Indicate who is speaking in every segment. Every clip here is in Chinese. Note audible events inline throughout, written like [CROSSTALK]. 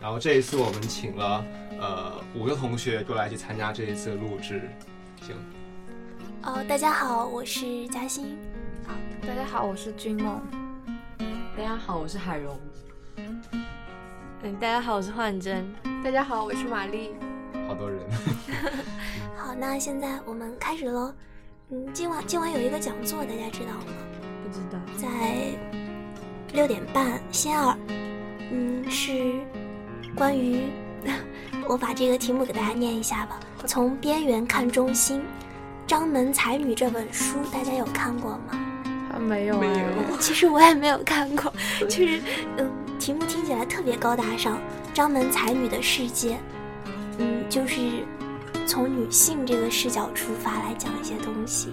Speaker 1: 然后这一次我们请了呃五个同学过来一起参加这一次的录制。行，
Speaker 2: 哦，大家好，我是嘉欣。
Speaker 3: 大家好，我是君梦。
Speaker 4: 大家好，我是海荣。
Speaker 5: 嗯，大家好，我是幻真。
Speaker 3: 大家好，我是玛丽。
Speaker 1: 好多人， [LAUGHS]
Speaker 2: 好，那现在我们开始喽。嗯，今晚今晚有一个讲座，大家知道吗？
Speaker 5: 不知道，
Speaker 2: 在六点半，仙儿，嗯，是关于 [LAUGHS] 我把这个题目给大家念一下吧，《从边缘看中心》，张门才女这本书大家有看过吗？
Speaker 3: 还没有、哎，
Speaker 4: 没有
Speaker 2: 其实我也没有看过，就是嗯，题目听起来特别高大上，《张门才女的世界》，嗯，就是从女性这个视角出发来讲一些东西。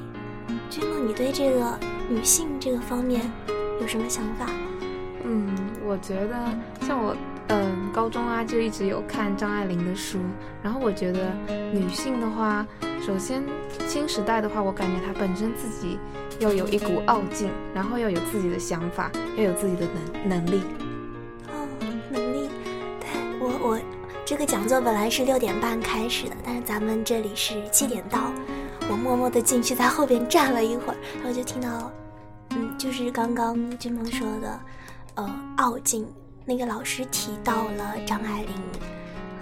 Speaker 2: 君梦，你对这个女性这个方面有什么想法？
Speaker 3: 嗯，我觉得像我，嗯，高中啊就一直有看张爱玲的书，然后我觉得女性的话，首先新时代的话，我感觉她本身自己要有一股傲劲，然后要有自己的想法，要有自己的能能力。
Speaker 2: 哦，能力，对我我这个讲座本来是六点半开始的，但是咱们这里是七点到，我默默的进去在后边站了一会儿，然后就听到，嗯，就是刚刚君梦说的，呃，傲劲，那个老师提到了张爱玲，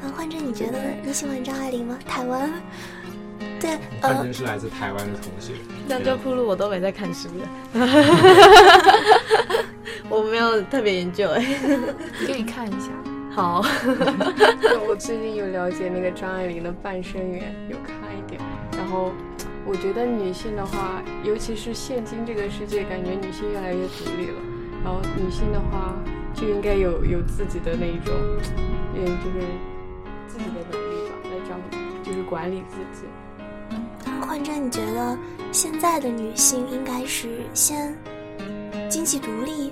Speaker 2: 啊，换成你觉得你喜欢张爱玲吗？台湾，对，
Speaker 1: 范
Speaker 2: 呃，
Speaker 1: 真是来自台湾的同学，
Speaker 5: 那就铺路我都没在看书 [LAUGHS] 了，我没有特别研究哎。
Speaker 3: 你可以看一下，
Speaker 5: 好，
Speaker 6: [LAUGHS] 我最近有了解那个张爱玲的《半生缘》，有看一点。然后，我觉得女性的话，尤其是现今这个世界，感觉女性越来越独立了。然后，女性的话就应该有有自己的那一种，嗯，就是自己的能力吧，来掌就是管理自
Speaker 4: [LAUGHS]
Speaker 6: 己。
Speaker 2: 换成你觉得现在的女性应该是先经济独立，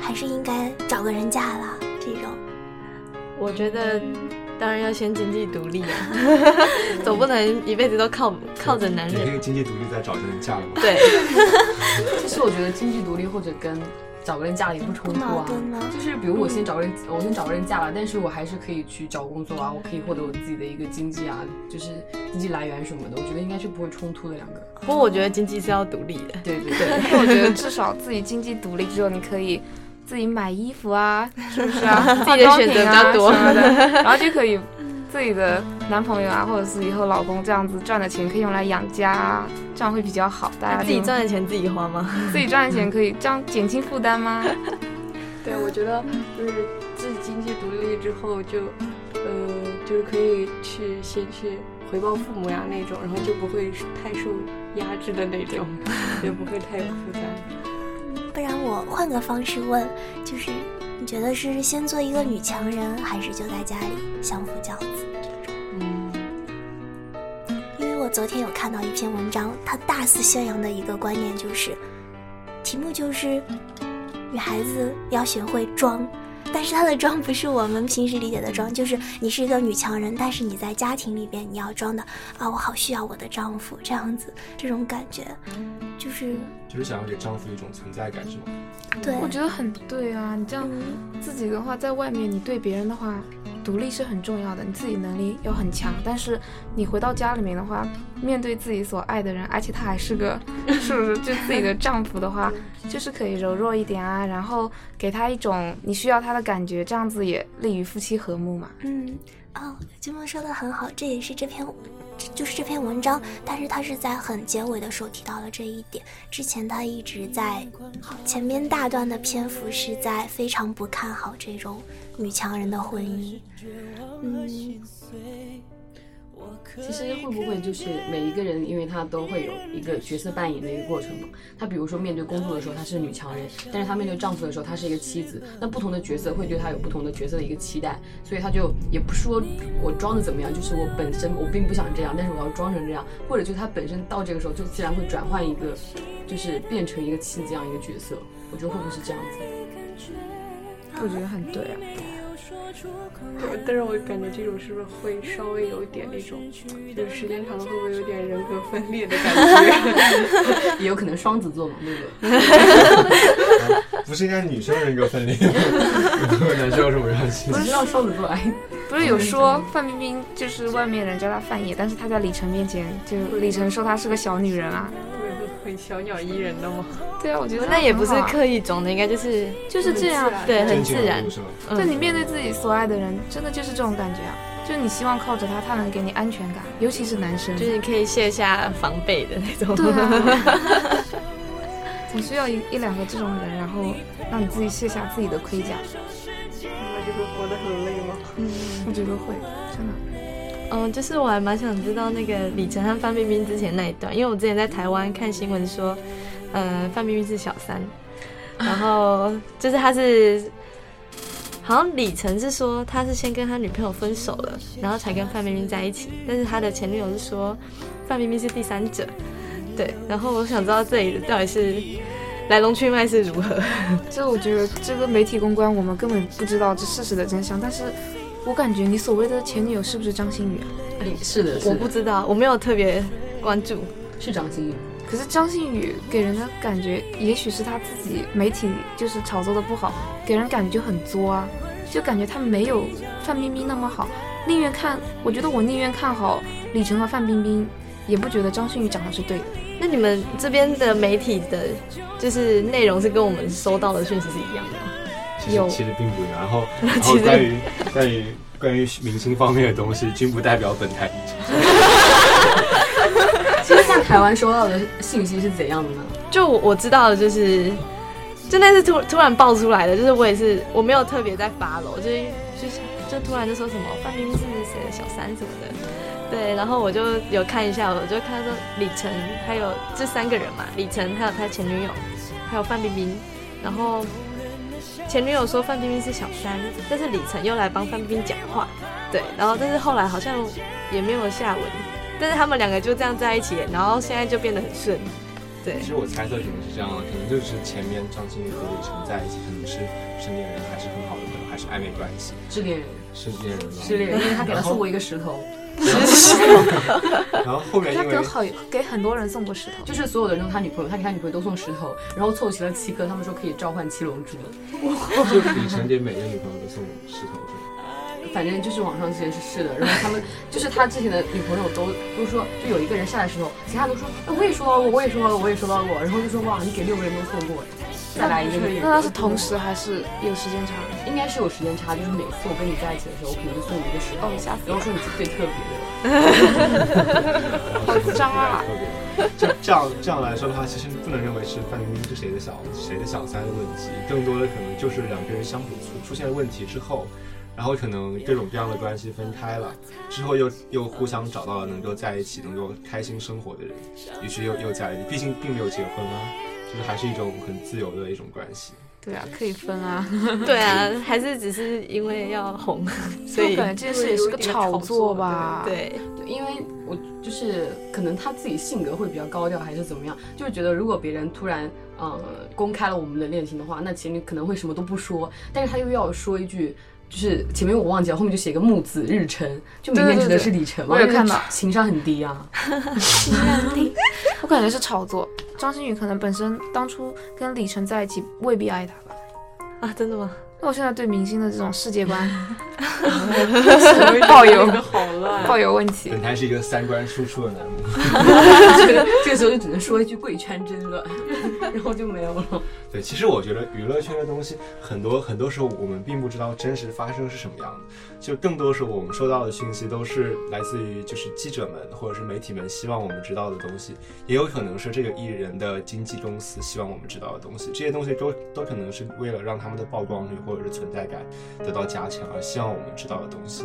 Speaker 2: 还是应该找个人嫁了这种？
Speaker 5: 我觉得当然要先经济独立 [LAUGHS] 啊，总不能一辈子都靠靠着男
Speaker 1: 你那
Speaker 5: 人。
Speaker 1: 个经济独立在找人嫁了吗？
Speaker 5: 对，
Speaker 4: 其实我觉得经济独立或者跟找个人嫁也不冲突
Speaker 2: 矛
Speaker 4: 啊
Speaker 2: 盾。吗？
Speaker 4: 就是比如我先找个人，我先找个人嫁了，但是我还是可以去找工作啊，我可以获得我自己的一个经济啊，就是经济来源什么的，我觉得应该是不会冲突的两个。
Speaker 5: 不过我觉得经济是要独立的。
Speaker 4: 对对对，
Speaker 3: [LAUGHS] 但我觉得至少自己经济独立之后，你可以自己买衣服
Speaker 5: [LAUGHS]
Speaker 3: 啊，是不是啊？
Speaker 5: 自己的选择比较多
Speaker 3: 化妆品啊什么的，然后就可以自己的男朋友啊，或者是以后老公这样子赚的钱可以用来养家啊，这样会比较好。大家
Speaker 5: 自己赚的钱自己花吗？
Speaker 3: 自己赚的钱可以这样减轻负担吗？
Speaker 6: 对，我觉得就是自己经济独立之后就，嗯、就是可以去先去回报父母呀那种，然后就不会太受压制的那种，也不会太有负担。
Speaker 2: 不然啊我换个方式问，就是你觉得是先做一个女强人，还是就在家里相夫教子？
Speaker 4: 嗯，
Speaker 2: 因为我昨天有看到一篇文章，它大肆宣扬的一个观念就是，题目就是女孩子要学会装，但是她的装不是我们平时理解的装，就是你是一个女强人，但是你在家庭里边你要装的啊，我好需要我的丈夫这样子，这种感觉，就是
Speaker 1: 就是想要给丈夫一种存在
Speaker 5: [LAUGHS]
Speaker 1: 感，是吗？
Speaker 2: 对，
Speaker 3: 我觉得很对啊，你这样自己的话，在外面你对别人的话，独立是很重要的，你自己能力要很强。但是你回到家里面的话，面对自己所爱的人，而且他还是个， [LAUGHS] 是不是就自己的丈夫的话，就是可以柔弱一点啊，然后给他一种你需要他的感觉，这样子也利于夫妻和睦嘛。
Speaker 2: 嗯，哦，金梦说的很好，这也是这篇，这就是这篇文章，但是他是在很结尾的时候提到了这一点。之前他一直在前面大段的篇幅是在非常不看好这种女强人的婚姻。嗯，
Speaker 4: 其实会不会就是每一个人，因为他都会有一个角色扮演的一个过程嘛？他比如说面对工作的时候，她是女强人，但是她面对丈夫的时候，她是一个妻子。那不同的角色会对她有不同的角色的一个期待，所以她就也不说我装的怎么样，就是我本身我并不想这样，但是我要装成这样，或者就她本身到这个时候就自然会转换一个，就是变成一个妻子这样一个角色。我觉得会不会是这样子？
Speaker 3: 我觉得很对啊，
Speaker 6: 对，但是我感觉这种是不是会稍微有一点那种，就是时间长了会不会有点人格分裂的感觉？ [LAUGHS]
Speaker 4: 也有可能双子座嘛，那个
Speaker 1: 不是应该女生人格分裂吗？ [LAUGHS] 男生有什么让心
Speaker 4: 我？知道双子座哎癌，
Speaker 3: 不是有说范冰冰就是外面人叫她范爷，但是她在李晨面前，就李晨说她是个小女人啊。
Speaker 6: 很小鸟依人的吗？
Speaker 5: [LAUGHS]
Speaker 3: 对啊，我觉得
Speaker 5: 那也不是
Speaker 3: 很好啊
Speaker 5: 刻意装的，应该就是
Speaker 3: 就是这样。
Speaker 5: 对， [LAUGHS] 很
Speaker 1: 真
Speaker 5: 自
Speaker 1: 情
Speaker 5: 然
Speaker 1: 流露。是吗？
Speaker 5: 嗯
Speaker 3: 就你面对自己所爱的人，真的就是这种感觉啊！就你希望靠着他，他能给你安全感，尤其是男生。
Speaker 5: 就是你可以卸下防备的那种。
Speaker 3: 对啊， [LAUGHS] 总需要一一两个这种人，然后让你自己卸下自己的盔甲。
Speaker 6: 那就会活得很累吗？
Speaker 3: 我觉得会，真的。
Speaker 5: 嗯，就是我还蛮想知道那个李晨和范冰冰之前那一段，因为我之前在台湾看新闻说，呃，范冰冰是小三，然后就是他是，好像李晨是说他是先跟他女朋友分手了，然后才跟范冰冰在一起，但是他的前女友是说范冰冰是第三者，对，然后我想知道这里到底是来龙去脉是如何，
Speaker 3: 这我觉得这个媒体公关，我们根本不知道这事实的真相。但是，我感觉你所谓的前女友是不是张馨予啊？
Speaker 4: [LAUGHS] 是的，是
Speaker 5: 我
Speaker 4: 的
Speaker 5: 不知道，我没有特别关注，
Speaker 4: 是张馨予，
Speaker 3: 可是张馨予给人的感觉，也许是她自己媒体就是炒作的不好，给人感觉就很作啊，就感觉她没有范冰冰那么好。宁愿看，我觉得我宁愿看好李晨和范冰冰，也不觉得张馨予讲的是对的。
Speaker 5: 那你们这边的媒体的，就是内容是跟我们收到的讯息是一样的吗？
Speaker 1: 其实
Speaker 3: 有
Speaker 1: 其实并不一样。然后然后
Speaker 5: 其实
Speaker 1: 关于关于关于明星方面的东西，均不代表本台立场。
Speaker 4: 其实在台湾收到的信息是怎样的呢？
Speaker 5: 就我我知道的就是，就那是突突然爆出来的，就是我也是我没有特别在发了，就是就是就突然就说什么范冰冰是谁的小三什么的，对，然后我就有看一下，我就看到说李晨还有这三个人嘛，李晨还有他前女友，还有范冰冰，然后前女友说范冰冰是小三，但是李晨又来帮范冰冰讲话，对，然后但是后来好像也没有下文。但是他们两个就这样在一起，然后现在就变得很顺，对
Speaker 1: 其。实我猜测可能是这样的，可能就是前面张馨予和李晨在一起，可能是是恋人，还是很好的朋友，还是暧昧关系，
Speaker 4: 是恋人，
Speaker 1: 是恋人吗？
Speaker 4: 是恋人，因为他给他送过一个石头，
Speaker 1: 然后后面
Speaker 3: 她
Speaker 1: 因
Speaker 3: 给
Speaker 1: 为
Speaker 3: 好给很多人送过石头，
Speaker 4: 就
Speaker 3: 就是
Speaker 4: 所有的人都是他女朋友，他给他女朋友都送石头，然后凑齐了七颗，他们说可以召唤七龙珠。
Speaker 1: 就李晨给每个女朋友都送石头，
Speaker 4: 反正就是网上这件事是的，然后他们就是他之前的女朋友都都说，就有一个人下来石头，其他都说，哎，我也收到过，我也收到过，我也收到过，然后就说哇，你给六个人都送过，再来一
Speaker 3: [LAUGHS]
Speaker 4: 个女
Speaker 3: 那
Speaker 4: 的
Speaker 3: 她是同时还是有时间差？
Speaker 4: 应该是有时间差，就是每次我跟你在一起的时候，我可能就送你一个石头，
Speaker 3: 哦吓死我了
Speaker 4: 然后说你是最特别的，
Speaker 1: 好脏啊！就这样这样来说的话，其实不能认为是范冰冰是谁的小谁的小三的问题，更多的可能就是两个人相处出出现问题之后，然后可能各种各样的关系分开了，之后又又互相找到了能够在一起、能够开心生活的人，于是又又在一起，毕竟并没有结婚啊，就是还是一种很自由的一种关系。
Speaker 3: 对啊，可以分啊。
Speaker 5: [LAUGHS] 对啊，还是只是因为要红， [LAUGHS] 所以
Speaker 3: 我感觉这件事也是个炒作吧？，
Speaker 5: 对，
Speaker 4: 对因为我就是可能他自己性格会比较高调，还是怎么样，就是觉得如果别人突然呃公开了我们的恋情的话，那情侣可能会什么都不说，但是他又要说一句。就是前面我忘记了，后面就写个木子日辰，就明
Speaker 3: 对
Speaker 4: 显
Speaker 3: 对
Speaker 4: 指的
Speaker 3: 对
Speaker 4: 是李晨嘛。
Speaker 3: 我有
Speaker 4: 因为
Speaker 3: 看到
Speaker 4: 情商很低
Speaker 3: [LAUGHS]
Speaker 4: 啊。
Speaker 3: 我感觉是炒作。张馨予可能本身当初跟李晨在一起未必爱他吧。
Speaker 5: 啊，真的吗？
Speaker 3: 那我现在对明星的这种世界观
Speaker 6: [LAUGHS] 抱有的好乱，
Speaker 3: 抱有问题
Speaker 1: 本。台是一个三观输出的栏目，
Speaker 4: 这个时候就只能说一句“贵圈真乱”， [LAUGHS] 然后就没有了。
Speaker 1: 对，其实我觉得娱乐圈的东西很多，很多时候我们并不知道真实发生是什么样的，就更多时候我们收到的讯息都是来自于就是记者们或者是媒体们希望我们知道的东西，也有可能是这个艺人的经纪公司希望我们知道的东西，这些东西都都可能是为了让他们的曝光率或者是存在感得到加强而希望我们知道的东西。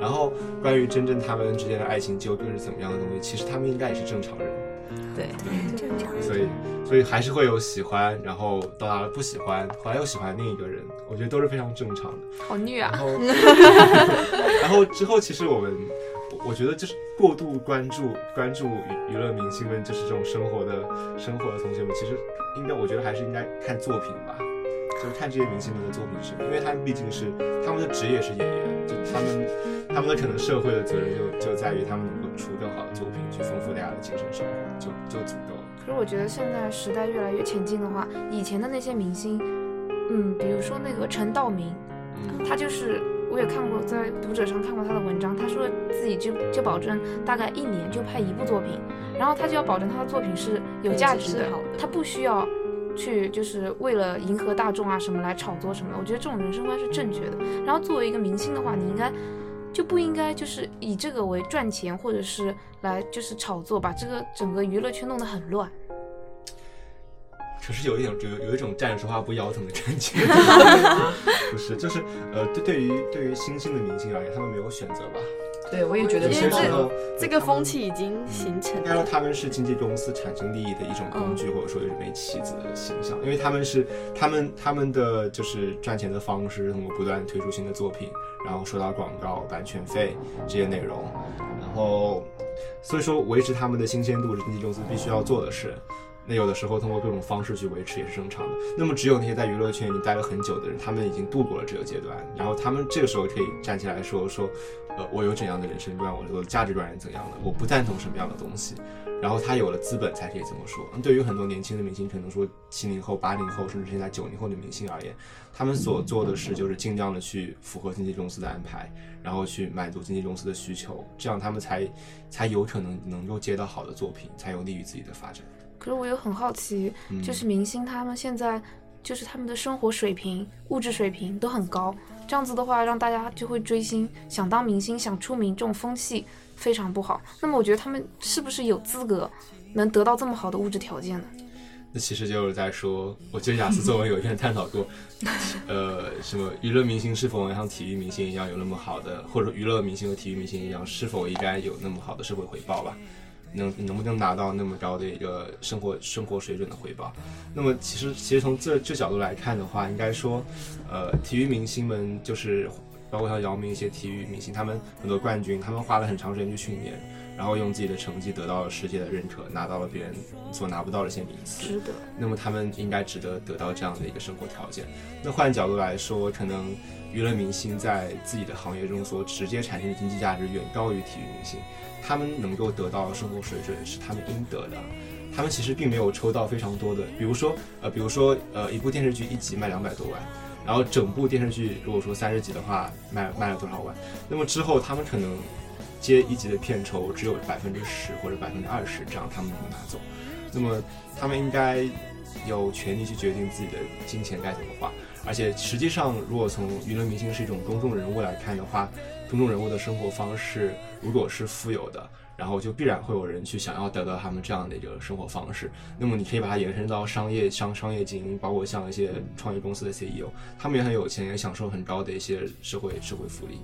Speaker 1: 然后关于真正他们之间的爱情究竟是怎么样的东西，其实他们应该也是正常人。
Speaker 5: 对，
Speaker 2: 正常。
Speaker 1: 所以所以还是会有喜欢，然后到达了不喜欢，后来又喜欢另一个人，我觉得都是非常正常的。
Speaker 3: 好虐
Speaker 1: 然
Speaker 3: 啊！
Speaker 1: 后 [LAUGHS] 然后之后，其实我们我我觉得就是过度关注关注娱娱乐明星们，就是这种生活的生活的同学们，其实应该我觉得还是应该看作品吧。就是看这些明星们的作品是，因为他们毕竟是他们的职业是演员，就他们他们的可能社会的责任就就在于他们能够出更好的作品，去丰富大家的精神生活，就就足够了。
Speaker 3: 可是我觉得现在时代越来越前进的话，以前的那些明星，嗯，比如说那个陈道明，
Speaker 1: 嗯，
Speaker 3: 他就是我也看过，在读者上看过他的文章，他说自己就就保证大概一年就拍一部作品，然后他就要保证他的作品是有价值
Speaker 5: 品质
Speaker 3: 的
Speaker 5: 是好的，
Speaker 3: 他不需要去就是为了迎合大众啊什么来炒作什么的。我觉得这种人生观是正确的。然后作为一个明星的话，你应该。就不应该就是以这个为赚钱，或者是来就是炒作，把这个整个娱乐圈弄得很乱。
Speaker 1: 可是有一种有有一种站着说话不腰疼的感觉，不是，就是呃，对对于对于新兴的明星而言，他们没有选择吧？
Speaker 4: 对，我也觉得
Speaker 1: 有
Speaker 5: 因
Speaker 1: 些
Speaker 5: 为
Speaker 4: 是
Speaker 1: 时
Speaker 5: 这
Speaker 1: 候
Speaker 5: 这个风气已经形成
Speaker 1: 应该说
Speaker 5: 了。
Speaker 1: 他们是经纪公司产生利益的一种工具，或者说一枚棋子的形象，因为他们是他们他们的就是赚钱的方式，通过不断推出新的作品，然后收到广告、版权费这些内容，然后所以说维持他们的新鲜度是经纪公司必须要做的事。那有的时候通过各种方式去维持也是正常的。那么只有那些在娱乐圈已经待了很久的人，他们已经度过了这个阶段，然后他们这个时候可以站起来说说，呃，我有怎样的人生观，我的价值观是怎样的，我不赞同什么样的东西。然后他有了资本才可以这么说。对于很多年轻的明星，可能说七零后、八零后，甚至现在九零后的明星而言，他们所做的事就是尽量的去符合经纪公司的安排，然后去满足经纪公司的需求，这样他们才才有可能能够接到好的作品，才有利于自己的发展。
Speaker 3: 可是我又很好奇，
Speaker 1: 嗯
Speaker 3: 就是明星他们现在就是他们的生活水平、物质水平都很高，这样子的话，让大家就会追星，想当明星、想出名，这种风气非常不好。那么我觉得他们是不是有资格能得到这么好的物质条件呢？
Speaker 1: 那其实就是在说，我记得雅思作文有一篇探讨过， [LAUGHS] 呃，什么娱乐明星是否像体育明星一样有那么好的，或者娱乐明星和体育明星一样，是否应该有那么好的社会回报吧？能能不能拿到那么高的一个生活生活水准的回报？那么其实其实从这这角度来看的话，应该说，呃，体育明星们就是包括像姚明一些体育明星，他们很多冠军，他们花了很长时间去训练，然后用自己的成绩得到了世界的认可，拿到了别人所拿不到的一些名次。
Speaker 3: 值得。
Speaker 1: 那么他们应该值得得到这样的一个生活条件。那换角度来说，可能娱乐明星在自己的行业中所直接产生的经济价值远高于体育明星，他们能够得到的生活水准是他们应得的。他们其实并没有抽到非常多的，比如说，呃，比如说，呃，一部电视剧一集卖两百多万，然后整部电视剧如果说三十集的话，卖卖了多少万？那么之后他们可能接一集的片酬只有百分之十或者百分之二十，这样他们能拿走。那么他们应该有权利去决定自己的金钱该怎么花。而且实际上，如果从娱乐明星是一种公众人物来看的话，公众人物的生活方式如果是富有的，然后就必然会有人去想要得到他们这样的一个生活方式。那么你可以把它延伸到商业商商业精英，包括像一些创业公司的 CEO，他们也很有钱，也享受很高的一些社会社会福利。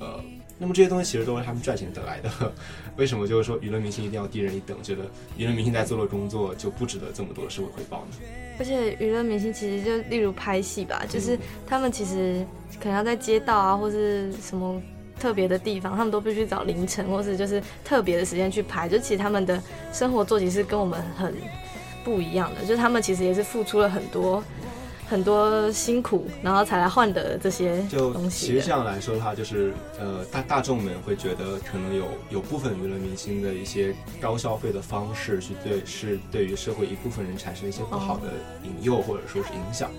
Speaker 1: 呃，那么这些东西其实都是他们赚钱得来的。 [LAUGHS] 为什么就是说娱乐明星一定要低人一等？觉得娱乐明星在做的工作就不值得这么多的社会回报呢？
Speaker 5: 而且娱乐明星其实就例如拍戏吧，
Speaker 1: 嗯
Speaker 5: 就是他们其实可能要在街道啊或是什么特别的地方，他们都必须找凌晨或是就是特别的时间去拍。就其实他们的生活作息是跟我们很不一样的，就是他们其实也是付出了很多很多辛苦，然后才来换得这些
Speaker 1: 就
Speaker 5: 东
Speaker 1: 其
Speaker 5: 西
Speaker 1: 实
Speaker 5: 的
Speaker 1: 这样来说的话，就是呃大大众们会觉得可能有有部分娱乐明星的一些高消费的方式是对是对于社会一部分人产生一些不好
Speaker 5: 哦
Speaker 1: 的引诱或者说是影响。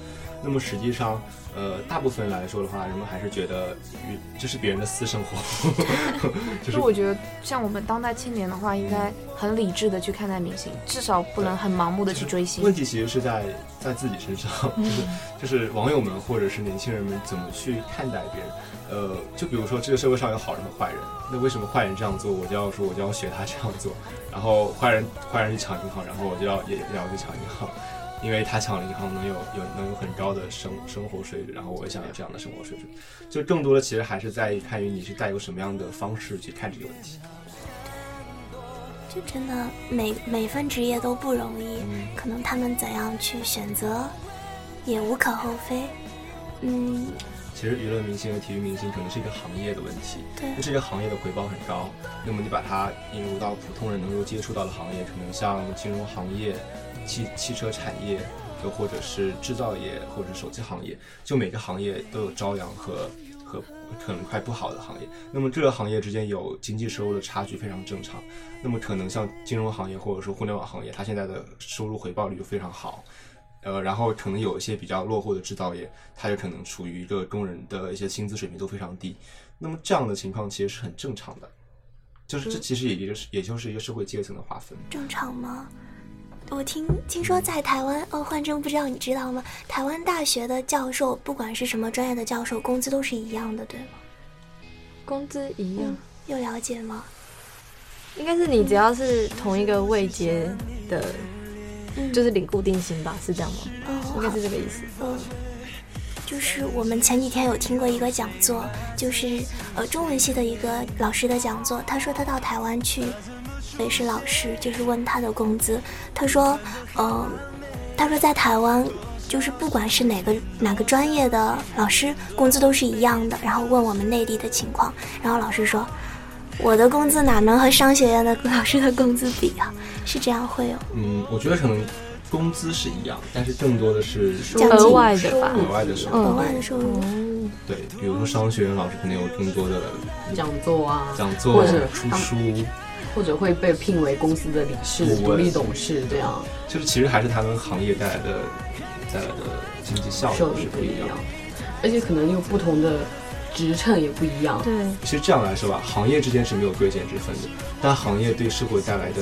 Speaker 1: 那么实际上，呃，大部分来说的话，人们还是觉得娱这是别人的私生活， [LAUGHS] 就
Speaker 3: 就是我觉得，像我们当代青年的话，应该很理智的去看待明星，至少不能很盲目的去追
Speaker 1: 问
Speaker 3: 星。
Speaker 1: 题其实是在在自己身上，就是 [LAUGHS] 就是网友们或者是年轻人们怎么去看待别人。呃，就比如说这个社会上有好人和坏人，那为什么坏人这样做，我就要说我就要学他这样做，然后坏人坏人去抢银行，然后我就要也也要去抢银行，因为他抢了银行能有有能有很高的生生活水准，然后我也想要这样的生活水准。就更多的其实还是在于看于你是带有什么样的方式去看这个问题。
Speaker 2: 就真的每每份职业都不容易，
Speaker 1: 嗯。
Speaker 2: 可能他们怎样去选择，也无可厚非。嗯，
Speaker 1: 其实娱乐明星和体育明星可能是一个行业的问题，
Speaker 2: 对
Speaker 1: 那这个行业的回报很高，那么你把它引入到普通人能够接触到的行业，可能像金融行业、汽汽车产业，又或者是制造业或者手机行业，就每个行业都有朝阳和和很快不好的行业。那么这个行业之间有经济收入的差距非常正常。那么可能像金融行业或者说互联网行业，它现在的收入回报率就非常好。呃，然后可能有一些比较落后的制造业，它也可能处于一个工人的一些薪资水平都非常低。那么这样的情况其实是很正常的，就是这
Speaker 4: 嗯
Speaker 1: 其实也就是也就是一个社会阶层的划分。
Speaker 2: 正常吗？我听听说在台湾哦，幻真不知道你知道吗？台湾大学的教授，不管是什么专业的教授，工资都是一样的，对吗？
Speaker 5: 工资一样，
Speaker 2: 有了解吗？
Speaker 5: 应该是你只要是同一个位阶的，
Speaker 2: 嗯
Speaker 5: 就是领固定薪吧，是这样吗？
Speaker 2: 哦，
Speaker 5: 应该是这个意思。
Speaker 2: 呃，就是我们前几天有听过一个讲座，就是呃中文系的一个老师的讲座，他说他到台湾去，也是老师，就是问他的工资，他说，呃，他说在台湾。就是不管是哪个哪个专业的老师，工资都是一样的。然后问我们内地的情况，然后老师说，我的工资哪能和商学院的老师的工资比啊？是这样会有
Speaker 1: 嗯，我觉得可能工资是一样，但是更多的是
Speaker 2: 奖金
Speaker 5: 额外的吧嗯
Speaker 1: 额外的
Speaker 4: 嗯
Speaker 1: 收入。
Speaker 2: 额外的收入。
Speaker 1: 对，比如说商学院老师可能有更多的
Speaker 4: 讲座啊，
Speaker 1: 讲座
Speaker 4: 或者、
Speaker 1: 出
Speaker 4: 他们
Speaker 1: 书，
Speaker 4: 或者会被聘为公司的理事、
Speaker 1: 顾
Speaker 4: 独
Speaker 1: 问
Speaker 4: 立董事这样，
Speaker 1: 就是其实还是他们行业带来的带来的经济效
Speaker 4: 收
Speaker 1: 益
Speaker 4: 益
Speaker 1: 是不
Speaker 4: 不
Speaker 1: 一
Speaker 4: 一
Speaker 1: 样
Speaker 4: 样
Speaker 1: 的。，
Speaker 4: 而且可能有不同的职称也不一样。
Speaker 5: 对，
Speaker 1: 其实这样来说吧，行业之间是没有贵贱之分的，但行业对社会带来的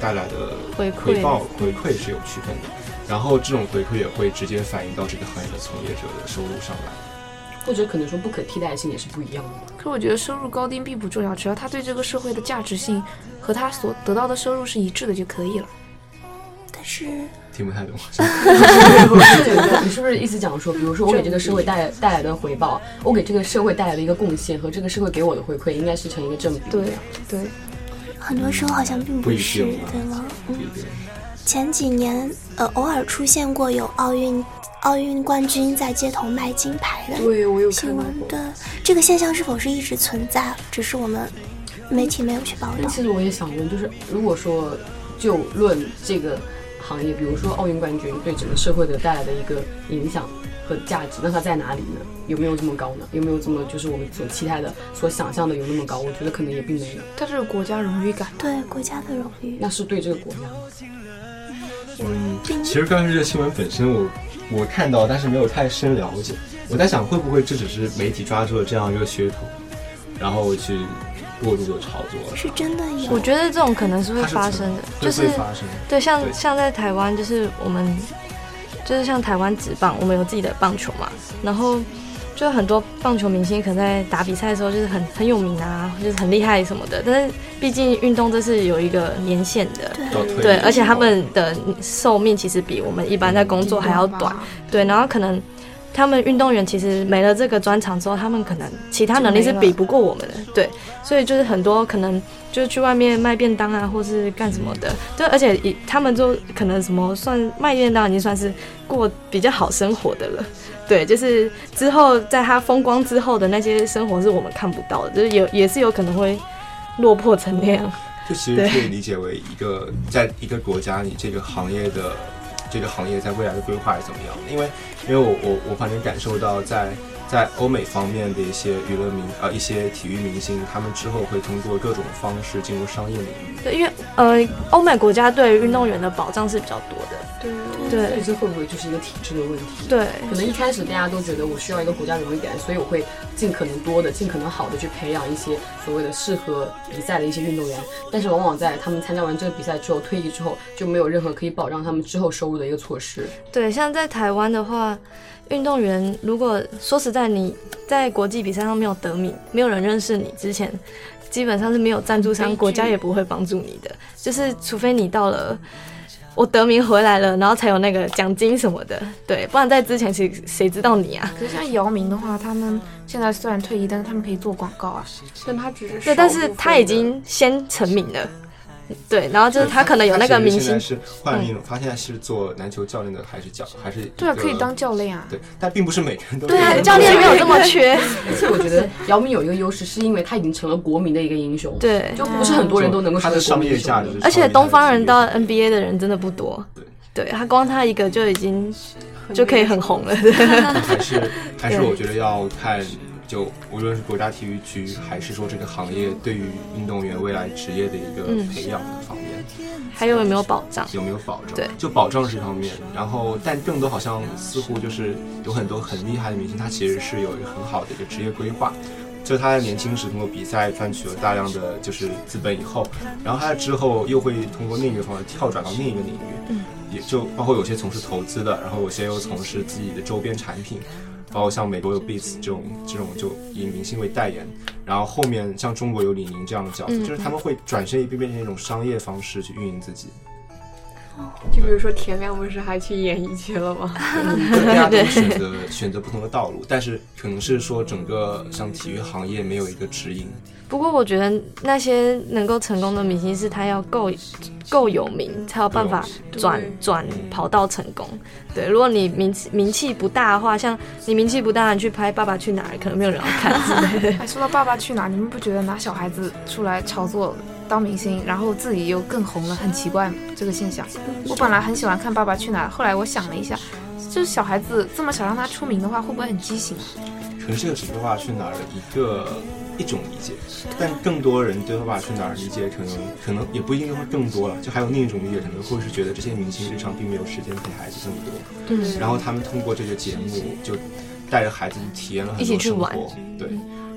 Speaker 1: 带来的
Speaker 5: 回馈
Speaker 1: 回报回馈是有区分的。然后这种回馈也会直接反映到这个行业的从业者的收入上来。
Speaker 4: 或者可能说不可替代性也是不一样
Speaker 1: [LAUGHS]
Speaker 4: 的。
Speaker 3: 可我觉得收入高低并不重要，只要他对这个社会的价值性和他所得到的收入是一致的就可以了。
Speaker 2: 但是
Speaker 1: 听不太
Speaker 5: [LAUGHS]
Speaker 1: 懂，
Speaker 4: 我是觉 [LAUGHS] 得你是不是意思讲说，比如说我给这个社会带带来的回报，我给这个社会带来的一个贡献和这个社会给我的回馈，应该是成一个正比。
Speaker 3: 对，对，
Speaker 2: 很多时候好像并
Speaker 1: 不一
Speaker 2: 是
Speaker 1: 定吧，
Speaker 2: 对吗？
Speaker 1: 不一定。
Speaker 2: 前几年，呃，偶尔出现过有奥运奥运冠军在街头卖金牌的
Speaker 6: 对我有看
Speaker 2: 新
Speaker 6: 到
Speaker 2: 闻
Speaker 6: 过。
Speaker 2: 对，这个现象是否是一直存在？只是我们媒体没有去报
Speaker 4: 但
Speaker 2: 道。
Speaker 4: 其实我也想问，就是如果说就论这个行业，比如说奥运冠军对整个社会的带来的一个影响和价值，那它在哪里呢？有没有这么高呢？有没有这么就是我们所期待的、所想象的有那么高？我觉得可能也并没有。
Speaker 3: 他这个国家荣誉感，
Speaker 2: 对国家的荣誉，
Speaker 4: 那是对这个国家吗，
Speaker 1: 嗯，其实刚才这个新闻本身我，我看到，但是没有太深了解。我在想，会不会这只是媒体抓住了这样一个噱头，然后去过度的炒作？
Speaker 2: 是真的有
Speaker 5: 我。觉得这种可能是会发生的，
Speaker 1: 会
Speaker 5: 就
Speaker 1: 不会
Speaker 5: 是
Speaker 1: 发生？
Speaker 5: 对，像
Speaker 1: 对
Speaker 5: 像在台湾，就是我们就是像台湾职棒，我们有自己的棒球嘛，然后就很多棒球明星可能在打比赛的时候就是很很有名啊，就是很厉害什么的，但是毕竟运动这是有一个年限的。
Speaker 1: 到
Speaker 2: 对，
Speaker 1: 退
Speaker 5: 对，
Speaker 1: 役
Speaker 5: 而且他
Speaker 1: 后
Speaker 5: 们的寿命其实比我们一般在工作还要短。对，然后可能他们运动员其实没了这个专长之后，他们可能其他能力是比不过我们的，对，所以就是很多可能就是去外面卖便当啊，或是干什么的，对，而且以他们就可能什么算卖便当已经算是过比较好生活的了。对，就是之后在他风光之后的那些生活是我们看不到的，就是有也是有可能会落魄成那样。
Speaker 1: 就其实可以理解为一个在一个国家，你这个行业的这个行业在未来的规划是怎么样的？因为因为我我我反正感受到在在欧美方面的一些娱乐明呃一些体育明星，他们之后会通过各种方式进入商业领域。
Speaker 5: 对，因为呃，欧美国家对运动员的保障是比较多的。
Speaker 6: 对，
Speaker 4: 所以
Speaker 5: 对
Speaker 4: 这会不会就是一个体制的问题？
Speaker 5: 对，
Speaker 4: 可能一开始大家都觉得我需要一个国家荣誉感，所以我会尽可能多的、尽可能好的去培养一些所谓的适合比赛的一些运动员，但是往往在他们参加完这个比赛之后退役之后，就没有任何可以保障他们之后收入的一个措施。
Speaker 5: 对，像在台湾的话，运动员如果说实在你在国际比赛上没有得名，没有人认识你之前，基本上是没有赞助商，国家也不会帮助你的。就是除非你到了我得名回来了，然后才有那个奖金什么的。对，不然在之前谁谁知道你啊？
Speaker 3: 可是像姚明的话，他们现在虽然退役，但是他们可以做广告啊。
Speaker 6: 但他只是
Speaker 5: 对，
Speaker 6: 少
Speaker 5: 但
Speaker 6: 部
Speaker 5: 是
Speaker 6: 分
Speaker 5: 他已经先成名了。对，然后就是他可能有那
Speaker 1: 他
Speaker 5: 个
Speaker 1: 其实
Speaker 5: 明
Speaker 1: 现在
Speaker 5: 星，嗯
Speaker 1: 是换一种，他现在是做篮球教练的，还是教还是一
Speaker 3: 对啊，
Speaker 1: 个
Speaker 3: 可以当教练啊。
Speaker 1: 对，但并不是每个人都
Speaker 5: 对啊，
Speaker 1: 是
Speaker 5: 教练没有这么缺。
Speaker 4: 而且我觉得姚明有一个优势，是因为他已经成了国民的一个英雄，，
Speaker 5: 对，
Speaker 4: 就不是很多人都能够
Speaker 1: 他
Speaker 4: 成为
Speaker 1: 的
Speaker 4: 国
Speaker 1: 商
Speaker 4: 民英
Speaker 1: 业
Speaker 4: 雄
Speaker 1: 价值
Speaker 4: 的
Speaker 1: 是超越他的职业，
Speaker 5: 而且东方人到 NBA 的人真的不多。
Speaker 1: 对
Speaker 5: 对他光他一个就已经就可以很红 [LAUGHS] 了。对
Speaker 1: 还
Speaker 5: [LAUGHS]
Speaker 1: 是还是我觉得要看，就无论是国家体育局，还是说这个行业对于运动员未来职业的一个
Speaker 5: 嗯
Speaker 1: 培养的方面，
Speaker 5: 还有有没有保障？
Speaker 1: 有没有保障？
Speaker 5: 对，
Speaker 1: 就保障是一方面，然后但更多好像似乎就是有很多很厉害的明星，他其实是有一个很好的一个职业规划。就他在年轻时通过比赛赚取了大量的就是资本以后，然后他之后又会通过另一个方面跳转到另一个领域，
Speaker 5: 嗯，
Speaker 1: 也就包括有些从事投资的，然后有些又从事自己的周边产品，包括像美国有 Beats 这种这种就以明星为代言，然后后面像中国有李宁这样的角色，
Speaker 5: 嗯
Speaker 1: 就是他们会转身一变变成一种商业方式去运营自己。
Speaker 6: 就比如说田亮不是还去演艺去了吗？
Speaker 1: 对大家都选择选择不同的道路，但是可能是说整个像体育行业没有一个指引。
Speaker 5: 不过我觉得那些能够成功的明星是他要够够有名，才有办法转
Speaker 6: 对
Speaker 5: 转跑道成功。对，如果你名气名气不大的话，像你名气不大，你去拍《爸爸去哪儿》，可能没有人要看之类的。
Speaker 3: 还哎说到《爸爸去哪儿》，你们不觉得拿小孩子出来炒作当明星，然后自己又更红了，很奇怪吗？这个现象，我本来很喜欢看《爸爸去哪儿》，后来我想了一下，就是小孩子这么小让他出名的话，会不会很畸形啊？
Speaker 1: 可能这个只是《爸爸去哪儿》的一个一种理解，但更多人对《爸爸去哪儿》理解可能可能也不一定会更多了，就还有另一种理解，可能会是觉得这些明星日常并没有时间陪孩子这么多，
Speaker 5: 嗯
Speaker 1: 然后他们通过这个节目就带着孩子去体验了很
Speaker 5: 一起
Speaker 1: 多
Speaker 5: 去
Speaker 1: 生
Speaker 5: 玩
Speaker 1: 活。对，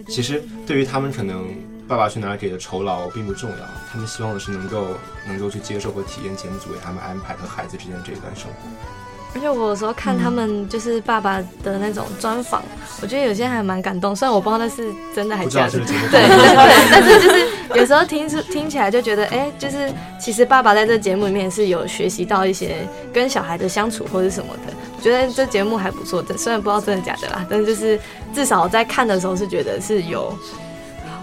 Speaker 1: 其实对于他们可能。爸爸去哪儿给的酬劳并不重要，他们希望的是能够能够去接受和体验节目组给他们安排和孩子之间的这一段生活。
Speaker 5: 而且我有时候看他们就是爸爸的那种专访，我觉得有些还蛮感动，虽然我不知道那是真的还
Speaker 1: 不
Speaker 5: 是
Speaker 1: 知道
Speaker 5: 假
Speaker 1: 这
Speaker 5: 的
Speaker 1: 个。节 [LAUGHS]
Speaker 5: [LAUGHS]
Speaker 1: 目
Speaker 5: 对对对，但是就是有时候听出听起来就觉得，哎、就是其实爸爸在这节目里面是有学习到一些跟小孩的相处或者什么的。我觉得这节目还不错的，虽然不知道真的假的啦，但是就是至少在看的时候是觉得是有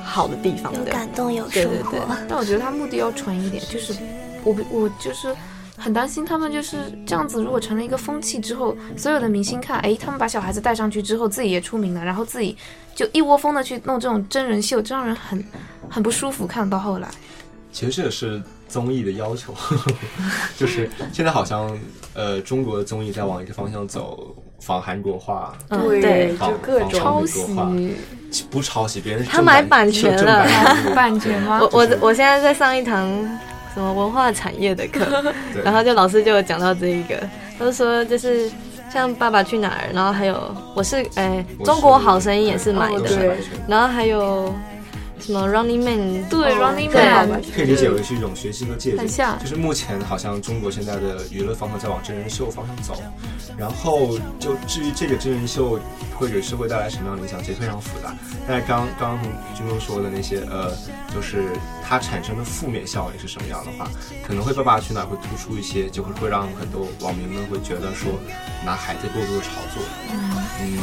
Speaker 5: 好的地方
Speaker 2: 有
Speaker 5: 的。
Speaker 2: 感动，有
Speaker 5: 对
Speaker 2: 收
Speaker 5: 对
Speaker 2: 获
Speaker 5: 对。
Speaker 3: 但我觉得他目的要纯一点，就是我不我就是很担心他们就是这样子，如果成了一个风气之后，所有的明星看，哎，他们把小孩子带上去之后，自己也出名了，然后自己就一窝蜂的去弄这种真人秀，这让人很很不舒服。看到后来，
Speaker 1: 其实这也是综艺的要求， [LAUGHS] 就是现在好像呃中国的综艺在往一个方向走，仿韩国化，
Speaker 5: 嗯，
Speaker 6: 对，
Speaker 5: 对，
Speaker 6: 就各
Speaker 1: 仿仿
Speaker 6: 种
Speaker 3: 抄
Speaker 1: 美国
Speaker 3: 袭
Speaker 1: [LAUGHS] 化，不抄袭别人是
Speaker 5: 他
Speaker 1: 正
Speaker 5: 买
Speaker 1: 版
Speaker 5: 版
Speaker 1: 就
Speaker 5: 权
Speaker 1: 正
Speaker 5: 了
Speaker 1: 版国
Speaker 3: 版权吗
Speaker 5: [LAUGHS] 我
Speaker 1: 就
Speaker 5: 我
Speaker 1: 是
Speaker 5: 我现在在上一堂什么文化产业的课，
Speaker 1: 对
Speaker 5: 然后就老师就有讲到这一个，他就说就是像《爸爸去哪儿》，然后还有我是哎
Speaker 1: 我
Speaker 5: 《中国好
Speaker 1: 是
Speaker 5: 声音》也是买
Speaker 1: 都
Speaker 5: 的，
Speaker 1: 是
Speaker 6: 对
Speaker 1: 版权
Speaker 5: 然后还有什么《Running Man》
Speaker 3: 对
Speaker 5: 哦
Speaker 3: Running
Speaker 5: 对
Speaker 3: Man
Speaker 1: 可以理解为是一种学习和借鉴
Speaker 3: 很像，
Speaker 1: 就是目前好像中国现在的娱乐方向在往真人秀方向走，然后就至于这个真人秀会给社会带来什么样的影响，其实非常复杂。但是刚刚军中说的那些，呃，就是它产生的负面效应是什么样的话，可能会《爸爸去哪儿》会突出一些，就会会让很多网民们会觉得说拿孩子过度的炒作，嗯，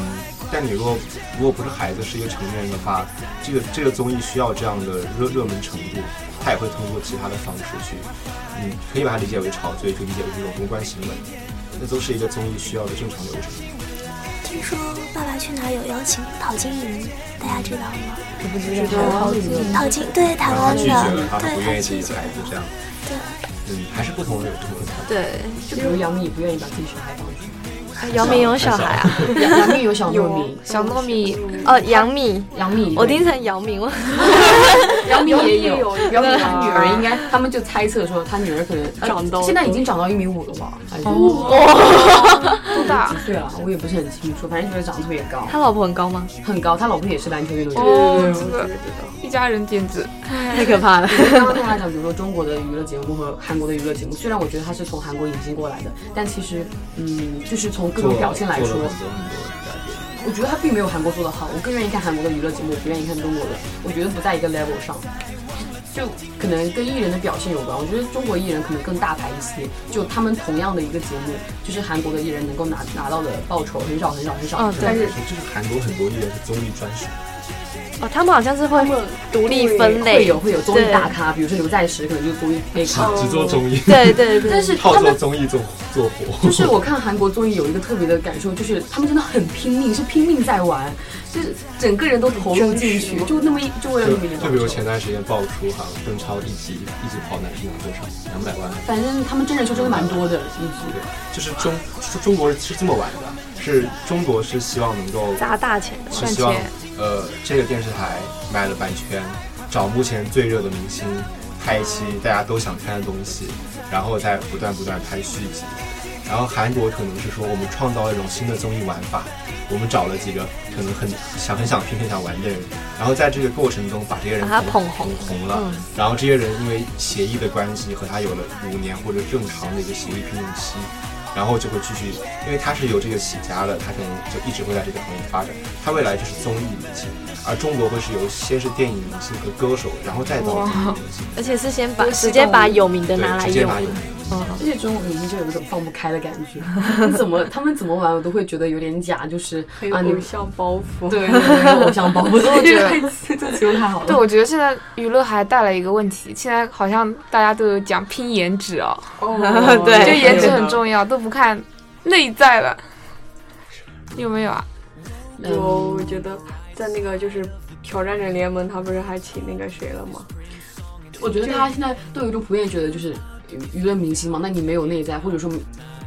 Speaker 1: 但你如果如果不是孩子，是一个成年人的话，这个这个综艺需要这样的热热门程度，他也会通过其他的方式去，嗯，可以把它理解为炒作，也可以理解为这种公关行为，那都是一个综艺需要的正常流程。
Speaker 2: 听说《爸爸去哪儿》有邀请陶晶莹，大家知道吗？陶晶对台
Speaker 1: 然后他
Speaker 2: 湾
Speaker 1: 拒绝了，
Speaker 2: 的，
Speaker 1: 他
Speaker 2: 对
Speaker 1: 不愿意自己
Speaker 2: 拒绝
Speaker 1: 的孩子这样，
Speaker 2: 对，
Speaker 1: 嗯，还是不同的有不同的看法。
Speaker 5: 对，
Speaker 4: 就比如杨幂不愿意把自己小孩放出去，
Speaker 5: 哎姚明有小孩啊，
Speaker 4: 杨杨幂有小糯米，
Speaker 3: 小糯米
Speaker 5: 哦杨幂，
Speaker 4: 杨幂
Speaker 5: 我听成姚明，我 [LAUGHS]
Speaker 4: 杨幂也有，
Speaker 6: 有
Speaker 4: 杨幂她女儿
Speaker 1: 啊
Speaker 4: 应该，他们就猜测说她女儿可能
Speaker 6: 长到
Speaker 4: 呃现在已经长到一米五了吧？还是 [LAUGHS]
Speaker 3: 多大？
Speaker 4: 几岁了？啊我也不是很清楚，反正就是长得特别高，
Speaker 5: 他老婆很高 [LAUGHS] 吗？
Speaker 4: 很高。她老公也是篮球运动员。
Speaker 3: 哦，这个一家人简直
Speaker 5: 太可怕了，
Speaker 4: 刚刚跟大家讲，比如说中国的娱乐节目和韩国的娱乐节目，虽然我觉得它是从韩国引进过来的，但其实，嗯，就是从各
Speaker 1: 做
Speaker 4: 种
Speaker 1: 了
Speaker 4: 表现来
Speaker 1: 做
Speaker 4: 说，
Speaker 1: 了很多很多改变，
Speaker 4: 我觉得它并没有韩国做的好。我更愿意看韩国的娱乐节目，我不愿意看中国的，我觉得不在一个 level 上。就可能跟艺人的表现有关，我觉得中国艺人可能更大牌一些。就他们同样的一个节目，就是韩国的艺人能够拿拿到的报酬很少很少很少。
Speaker 5: 哦对
Speaker 4: 但是
Speaker 1: 就是韩国很多艺人是综艺专属，
Speaker 5: 哦，他们好像是会独立分
Speaker 4: 会
Speaker 5: 类
Speaker 4: 有，会有综艺大咖，比如说刘在石可能就哎综 [LAUGHS] 艺 A 咖，
Speaker 1: 只做综艺，
Speaker 5: 对对对，
Speaker 4: 但是
Speaker 1: 靠
Speaker 4: 他
Speaker 1: 做
Speaker 4: 们
Speaker 1: 综艺做做火。
Speaker 4: 就是我看韩国综艺有一个特别的感受，就是他们真的很拼命，是拼命在玩，就是整个人都投入进去，就那么一就为了
Speaker 1: 就
Speaker 4: 那么一点
Speaker 1: 就比如
Speaker 4: 东西
Speaker 1: 前段时间爆出哈，邓超一集一集跑男是拿多少？两百万。
Speaker 4: 反正他们真人秀真的蛮多的，
Speaker 1: 对
Speaker 4: 一直，
Speaker 1: 就是中中中国是这么玩的，是中国是希望能够
Speaker 5: 砸大钱的
Speaker 1: 是
Speaker 5: 赚
Speaker 1: 希望
Speaker 5: 钱。
Speaker 1: 呃这个电视台买了版权，找目前最热的明星拍一期大家都想看的东西，然后再不断不断拍续集。然后韩国可能是说我们创造了一种新的综艺玩法，我们找了几个可能很想很想拼很想玩的人，然后在这个过程中把这些人
Speaker 5: 把他捧
Speaker 1: 红
Speaker 5: 红
Speaker 1: 红了，
Speaker 5: 嗯
Speaker 1: 然后这些人因为协议的关系和他有了五年或者更长的一个协议聘用期，然后就会继续，因为他是有这个起家的，他可能就一直会在这个行业发展，他未来就是综艺明星，而中国会是由先是电影明星和歌手，然后再到综艺明星，
Speaker 5: 而且是先把
Speaker 4: 就是
Speaker 5: 直接把有名的
Speaker 1: 对，
Speaker 5: 拿来
Speaker 1: 直接
Speaker 5: 用，
Speaker 1: 拿有名。
Speaker 5: 嗯，
Speaker 4: 而且中国明星就有一种放不开的感觉， [LAUGHS] 他们怎么他们怎么玩我都会觉得有点假，就是
Speaker 6: 很有
Speaker 4: 啊你
Speaker 6: 偶像包袱。
Speaker 4: 对对 [LAUGHS] 偶像包袱，
Speaker 3: 我觉得
Speaker 4: 这个形容太好了。
Speaker 3: 对，我觉得现在娱乐还带来一个问题，现在好像大家都有讲拼颜值 [LAUGHS] 哦，
Speaker 6: 哦
Speaker 5: 对
Speaker 3: 就颜值
Speaker 6: [LAUGHS] 对的
Speaker 3: 很重要，都不看内在了，有没有啊？
Speaker 4: 嗯
Speaker 6: 有，我觉得在那个就是挑战者联盟，他不是还请那个谁了吗？
Speaker 4: 我觉得大家现在都有一种普遍觉得，就是娱乐明星嘛，那你没有内在，或者说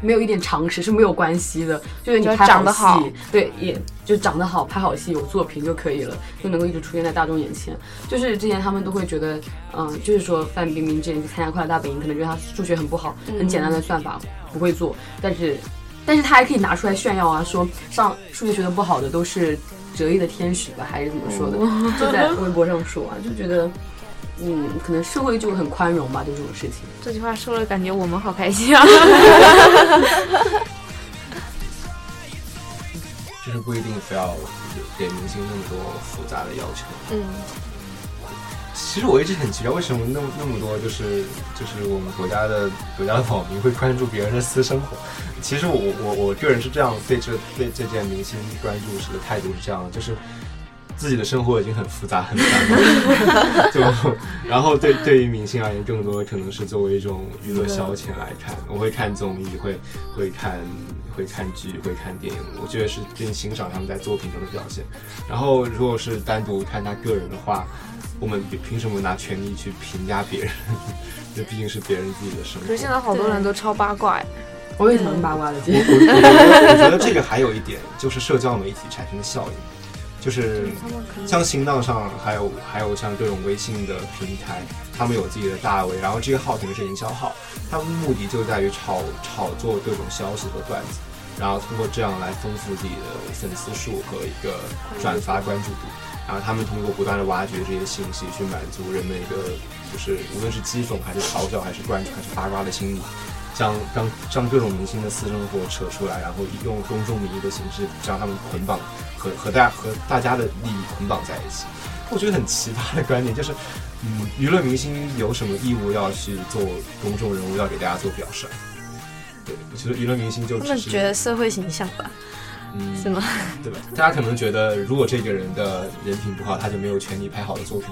Speaker 4: 没有一点常识是没有关系的，就是你
Speaker 3: 只要
Speaker 4: 拍
Speaker 3: 长得
Speaker 4: 好戏
Speaker 3: 好，
Speaker 4: 对，也就长得好，拍好戏有作品就可以了，就能够一直出现在大众眼前。就是之前他们都会觉得，嗯、就是说范冰冰之前去参加《快乐大本营》，可能觉得她数学很不好，很简单的算法不会做，但是。但是她还可以拿出来炫耀啊，说上数学学的不好的都是折翼的天使吧，还是怎么说的？就在微博上说啊，就觉得嗯，可能社会就很宽容吧，对这种事情。
Speaker 3: 这句话说了，感觉我们好开心 [LAUGHS] 啊！
Speaker 1: 就是不一定非要给明星那么多复杂的要求。
Speaker 5: 嗯。
Speaker 1: 其实我一直很奇怪，为什么那么那么多就是就是我们国家的国家的网民会关注别人的私生活？其实我我我个人是这样对这对这件明星关注时的态度是这样的，就是自己的生活已经很复杂很烦了，就然后对对于明星而言，更多的可能是作为一种娱乐消遣来看。我会看综艺，会会看会看剧，会看电影，我觉得是更欣赏他们在作品中的表现。然后如果是单独看他个人的话，我们凭凭什么拿权力去评价别人？这毕竟是别人自己的生活。
Speaker 3: 可是现在好多人都超八卦哎，
Speaker 4: 我也蛮八卦的，姐。
Speaker 1: 我觉得我觉得这个还有一点就是社交媒体产生的效应，就是像新浪上还有还有像各种微信的平台，他们有自己的大 V，然后这些号可能是营销号，他们目的就在于炒炒作各种消息和段子，然后通过这样来丰富自己的粉丝数和一个转发关注度。然后他们通过不断的挖掘这些信息，去满足人们一个就是无论是讥讽还是嘲笑还是关注还是八卦的心理，将将将各种明星的私生活扯出来，然后用公众名义的形式将他们捆绑和和大和大家的利益捆绑在一起。我觉得很奇葩的观点就是，嗯，娱乐明星有什么义务要去做公众人物，要给大家做表率？对，我觉得娱乐明星就
Speaker 5: 他
Speaker 1: 只
Speaker 5: 们
Speaker 1: 是
Speaker 5: 觉得社会形象吧，
Speaker 1: 嗯
Speaker 5: 是吗？
Speaker 1: 对吧？大家可能觉得，如果这个人的人品不好，他就没有权利拍好的作品，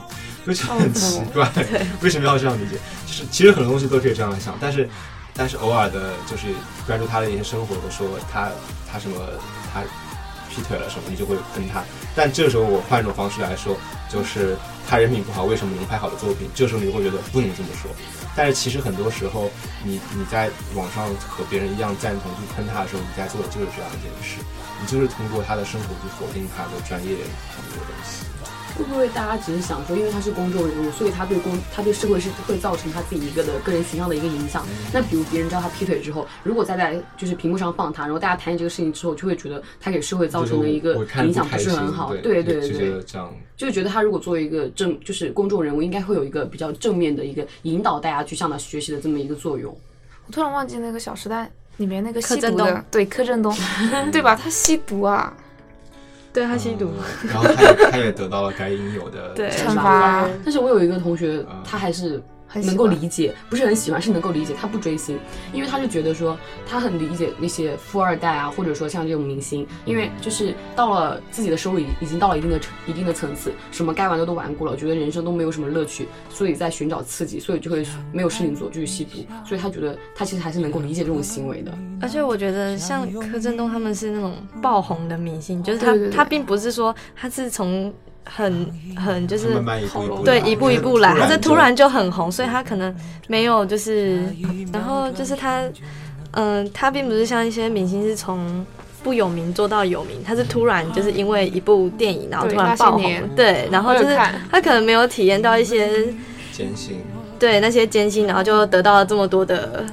Speaker 1: 就是很奇怪， [LAUGHS] 为什么要这样理解？就是其实很多东西都可以这样来想，但是但是偶尔的，就是关注他的一些生活的说他他什么他劈腿了什么，你就会喷他。但这时候我换一种方式来说，就是他人品不好，为什么能拍好的作品？这时候你会觉得不能这么说。但是其实很多时候，你你在网上和别人一样赞同去喷他的时候，你在做的就是这样一件事。你就是通过他的生活去否定他的专业很多东西。
Speaker 4: 会不会大家只是想说，因为他是公众人物，所以他对公他对社会是会造成他自己一个的个人形象的一个影响？
Speaker 1: 嗯
Speaker 4: 那比如别人知道他劈腿之后，如果再在就是屏幕上放他，然后大家谈起这个事情之后，就会觉得他给社会造成的一
Speaker 1: 就
Speaker 4: 个
Speaker 1: 是我看
Speaker 4: 影
Speaker 1: 不
Speaker 4: 响不
Speaker 1: 开
Speaker 4: 是
Speaker 1: 心，
Speaker 4: 很好。
Speaker 1: 对
Speaker 4: 对对
Speaker 1: 就
Speaker 4: 对
Speaker 1: 觉得这样
Speaker 4: 就是觉得他如果作为一个正就是公众人物，应该会有一个比较正面的一个引导大家去向他学习的这么一个作用。
Speaker 3: [LAUGHS] 我突然忘记那个《小时代》里面那个吸
Speaker 5: 柯震
Speaker 3: 毒
Speaker 5: 东
Speaker 3: 的，对柯震东， [LAUGHS] 对吧？他吸毒啊，
Speaker 5: 对他吸毒，
Speaker 1: 嗯然后他也他也得到了该应有的
Speaker 5: 对
Speaker 1: 惩
Speaker 3: 惩
Speaker 1: 罚
Speaker 3: 罚
Speaker 4: 但是我有一个同学
Speaker 1: 啊，
Speaker 4: 他还是
Speaker 3: 很喜
Speaker 4: 能够
Speaker 3: 欢
Speaker 4: 理解，不是很喜欢，是能够理解。他不追星，因为他就觉得说他很理解那些富二代啊，或者说像这种明星，因为就是到了自己的收入已已经到了一定的程一定的层次，什么该玩的都玩过了，觉得人生都没有什么乐趣，所以在寻找刺激，所以就会
Speaker 3: 啊
Speaker 4: 没有事情做，就去吸毒。所以他觉得他其实还是能够理解这种行为的。
Speaker 5: 而且我觉得像柯震东他们是那种爆红的明星，就是他
Speaker 3: 对对对
Speaker 5: 他并不是说他是从很很就是
Speaker 1: 慢慢一步一步来
Speaker 5: 对一步一步来，
Speaker 1: 突
Speaker 5: 他
Speaker 1: 然
Speaker 5: 是
Speaker 1: 就
Speaker 5: 突然就很红，所以他可能没有就是，然后就是他，嗯、他并不是像一些明星是从。不有名做到有名，他是突然就是因为一部电影，然后
Speaker 3: 对
Speaker 5: 突然
Speaker 3: 那些
Speaker 5: 爆红
Speaker 3: 年
Speaker 5: 了，对，然后
Speaker 3: 我有
Speaker 5: 就是
Speaker 3: 看
Speaker 5: 他可能没有体验到一些
Speaker 1: 艰辛。
Speaker 5: 对那些艰辛，然后就得到了这么多的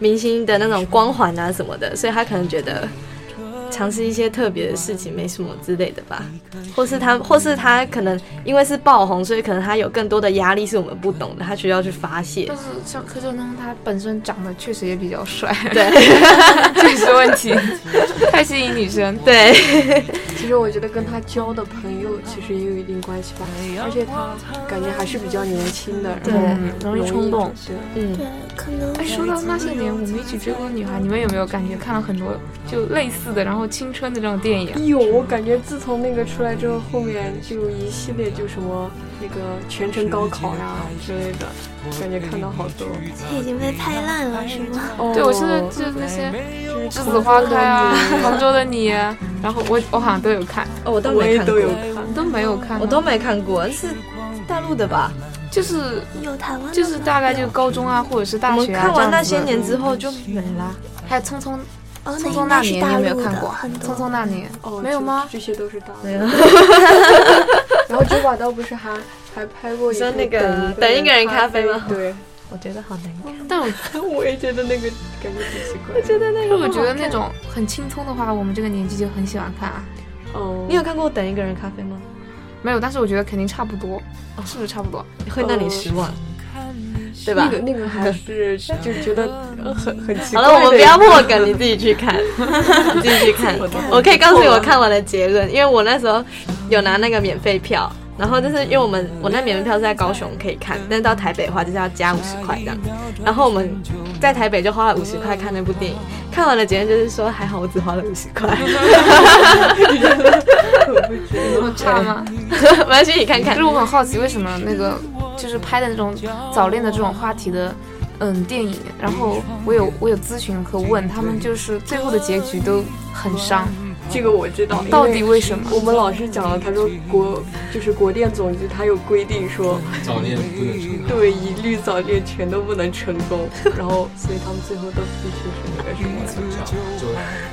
Speaker 5: 明星的那种光环啊什么的，所以他可能觉得尝试一些特别的事情没什么之类的吧，或是他，或是他可能因为是爆红，所以可能他有更多的压力是我们不懂的，他需要去发泄
Speaker 3: 但。是像柯震东他本身长得确实也比较 [LAUGHS] 帅，
Speaker 5: 对
Speaker 3: 这是问题， [LAUGHS] 太吸引女生。
Speaker 5: 对，
Speaker 6: 嗯其实我觉得跟他交的朋友其实也有一定关系吧，而且他感觉还是比较年轻的，然后
Speaker 3: 嗯容易冲动。
Speaker 6: 对，
Speaker 5: 嗯
Speaker 2: 对，可能
Speaker 3: 哎，说到那些年我们一起追过的女孩，你们有没有感觉看了很多就类似的，然后青春的这种电影？
Speaker 6: 有，我感觉自从那个出来之后，后面就一系列就什么那个全程高考呀之类的，感觉看到好多。
Speaker 2: 他已经被拍烂了，是吗？
Speaker 6: 哦
Speaker 3: 对，我现在就是那些
Speaker 6: 就是
Speaker 3: 栀子花开啊，杭州的你啊，然后我我好像都有看，
Speaker 5: 哦，我都
Speaker 6: 我
Speaker 5: 没
Speaker 6: 也
Speaker 5: 看
Speaker 6: 都有
Speaker 5: 过，
Speaker 6: 看。
Speaker 3: 都没有看啊，
Speaker 5: 我都没看过，是大陆的吧？
Speaker 3: 就是
Speaker 2: 有台湾的
Speaker 3: 就是
Speaker 2: 吗
Speaker 3: 大概就高中啊，或者是
Speaker 5: 我
Speaker 3: 大
Speaker 5: 们
Speaker 3: 学啊。
Speaker 5: 看完那
Speaker 3: 这
Speaker 5: 些
Speaker 3: 样子
Speaker 5: 年之后就没啦。
Speaker 3: 还有《匆匆
Speaker 2: 哦，那
Speaker 3: 匆匆
Speaker 2: 应
Speaker 3: 那
Speaker 2: 该是
Speaker 3: 年》，你
Speaker 2: 大
Speaker 3: 有
Speaker 2: 陆
Speaker 3: 没
Speaker 2: 的，
Speaker 3: 有看过？
Speaker 2: 很
Speaker 3: 《匆
Speaker 2: 多
Speaker 3: 匆那年》
Speaker 6: 哦，
Speaker 3: 没有
Speaker 6: 这
Speaker 3: 吗？
Speaker 6: 这些都是大陆
Speaker 5: [LAUGHS] 没有
Speaker 6: 的。然后九把刀不是还还拍过一
Speaker 5: 你说
Speaker 6: 部
Speaker 5: 那个
Speaker 6: 等
Speaker 5: 等一个人咖啡
Speaker 6: 啡
Speaker 5: 吗
Speaker 6: 对，
Speaker 5: 我觉得好难看，
Speaker 3: 但我
Speaker 6: 我也觉得那个感觉挺奇怪的。
Speaker 5: 但
Speaker 3: 但我觉得那种很轻松的话，我们这个年纪就很喜欢看啊。
Speaker 6: 哦，
Speaker 5: 你有看过《等一个人咖啡》吗？
Speaker 3: 没有，但是我觉得肯定差不多，哦是不是差不多？
Speaker 5: 会让你失望，对吧
Speaker 6: 哦那？个那个还是就觉
Speaker 5: [LAUGHS]
Speaker 6: 得呃很很奇
Speaker 5: 好
Speaker 6: 怪。
Speaker 5: 了，我们不要。破梗，你自己去 [LAUGHS] 看，你自己去看。我可以告诉你我看完的结论，因为我那时候有拿那个免费票，然后就是因为我们我那免费票是在高雄可以看，但是到台北的话就是要加五十块这样。然后我们在台北就花了五十块看那部电影，看完了结论就是说还好我只花了五十 [LAUGHS] 块，
Speaker 3: 那么差吗？
Speaker 5: 我要去你看
Speaker 3: 可
Speaker 5: 看
Speaker 3: 是。我很好奇，为什么那个就是拍的那种早恋的这种话题的，嗯，电影，然后我有我有咨询和问他们，就是最后的结局都很伤，
Speaker 6: 这个我知
Speaker 5: 嗯
Speaker 6: 道，
Speaker 3: 到
Speaker 6: 因为
Speaker 3: 底为什么？
Speaker 6: 我们老师讲了，他说国就是国电总局，他有规定说，
Speaker 1: 早恋不能成功，
Speaker 6: 对一律早恋全都不能成功，然后所以他们最后都必须是那个什
Speaker 5: [LAUGHS]
Speaker 6: 么的。
Speaker 1: 这样就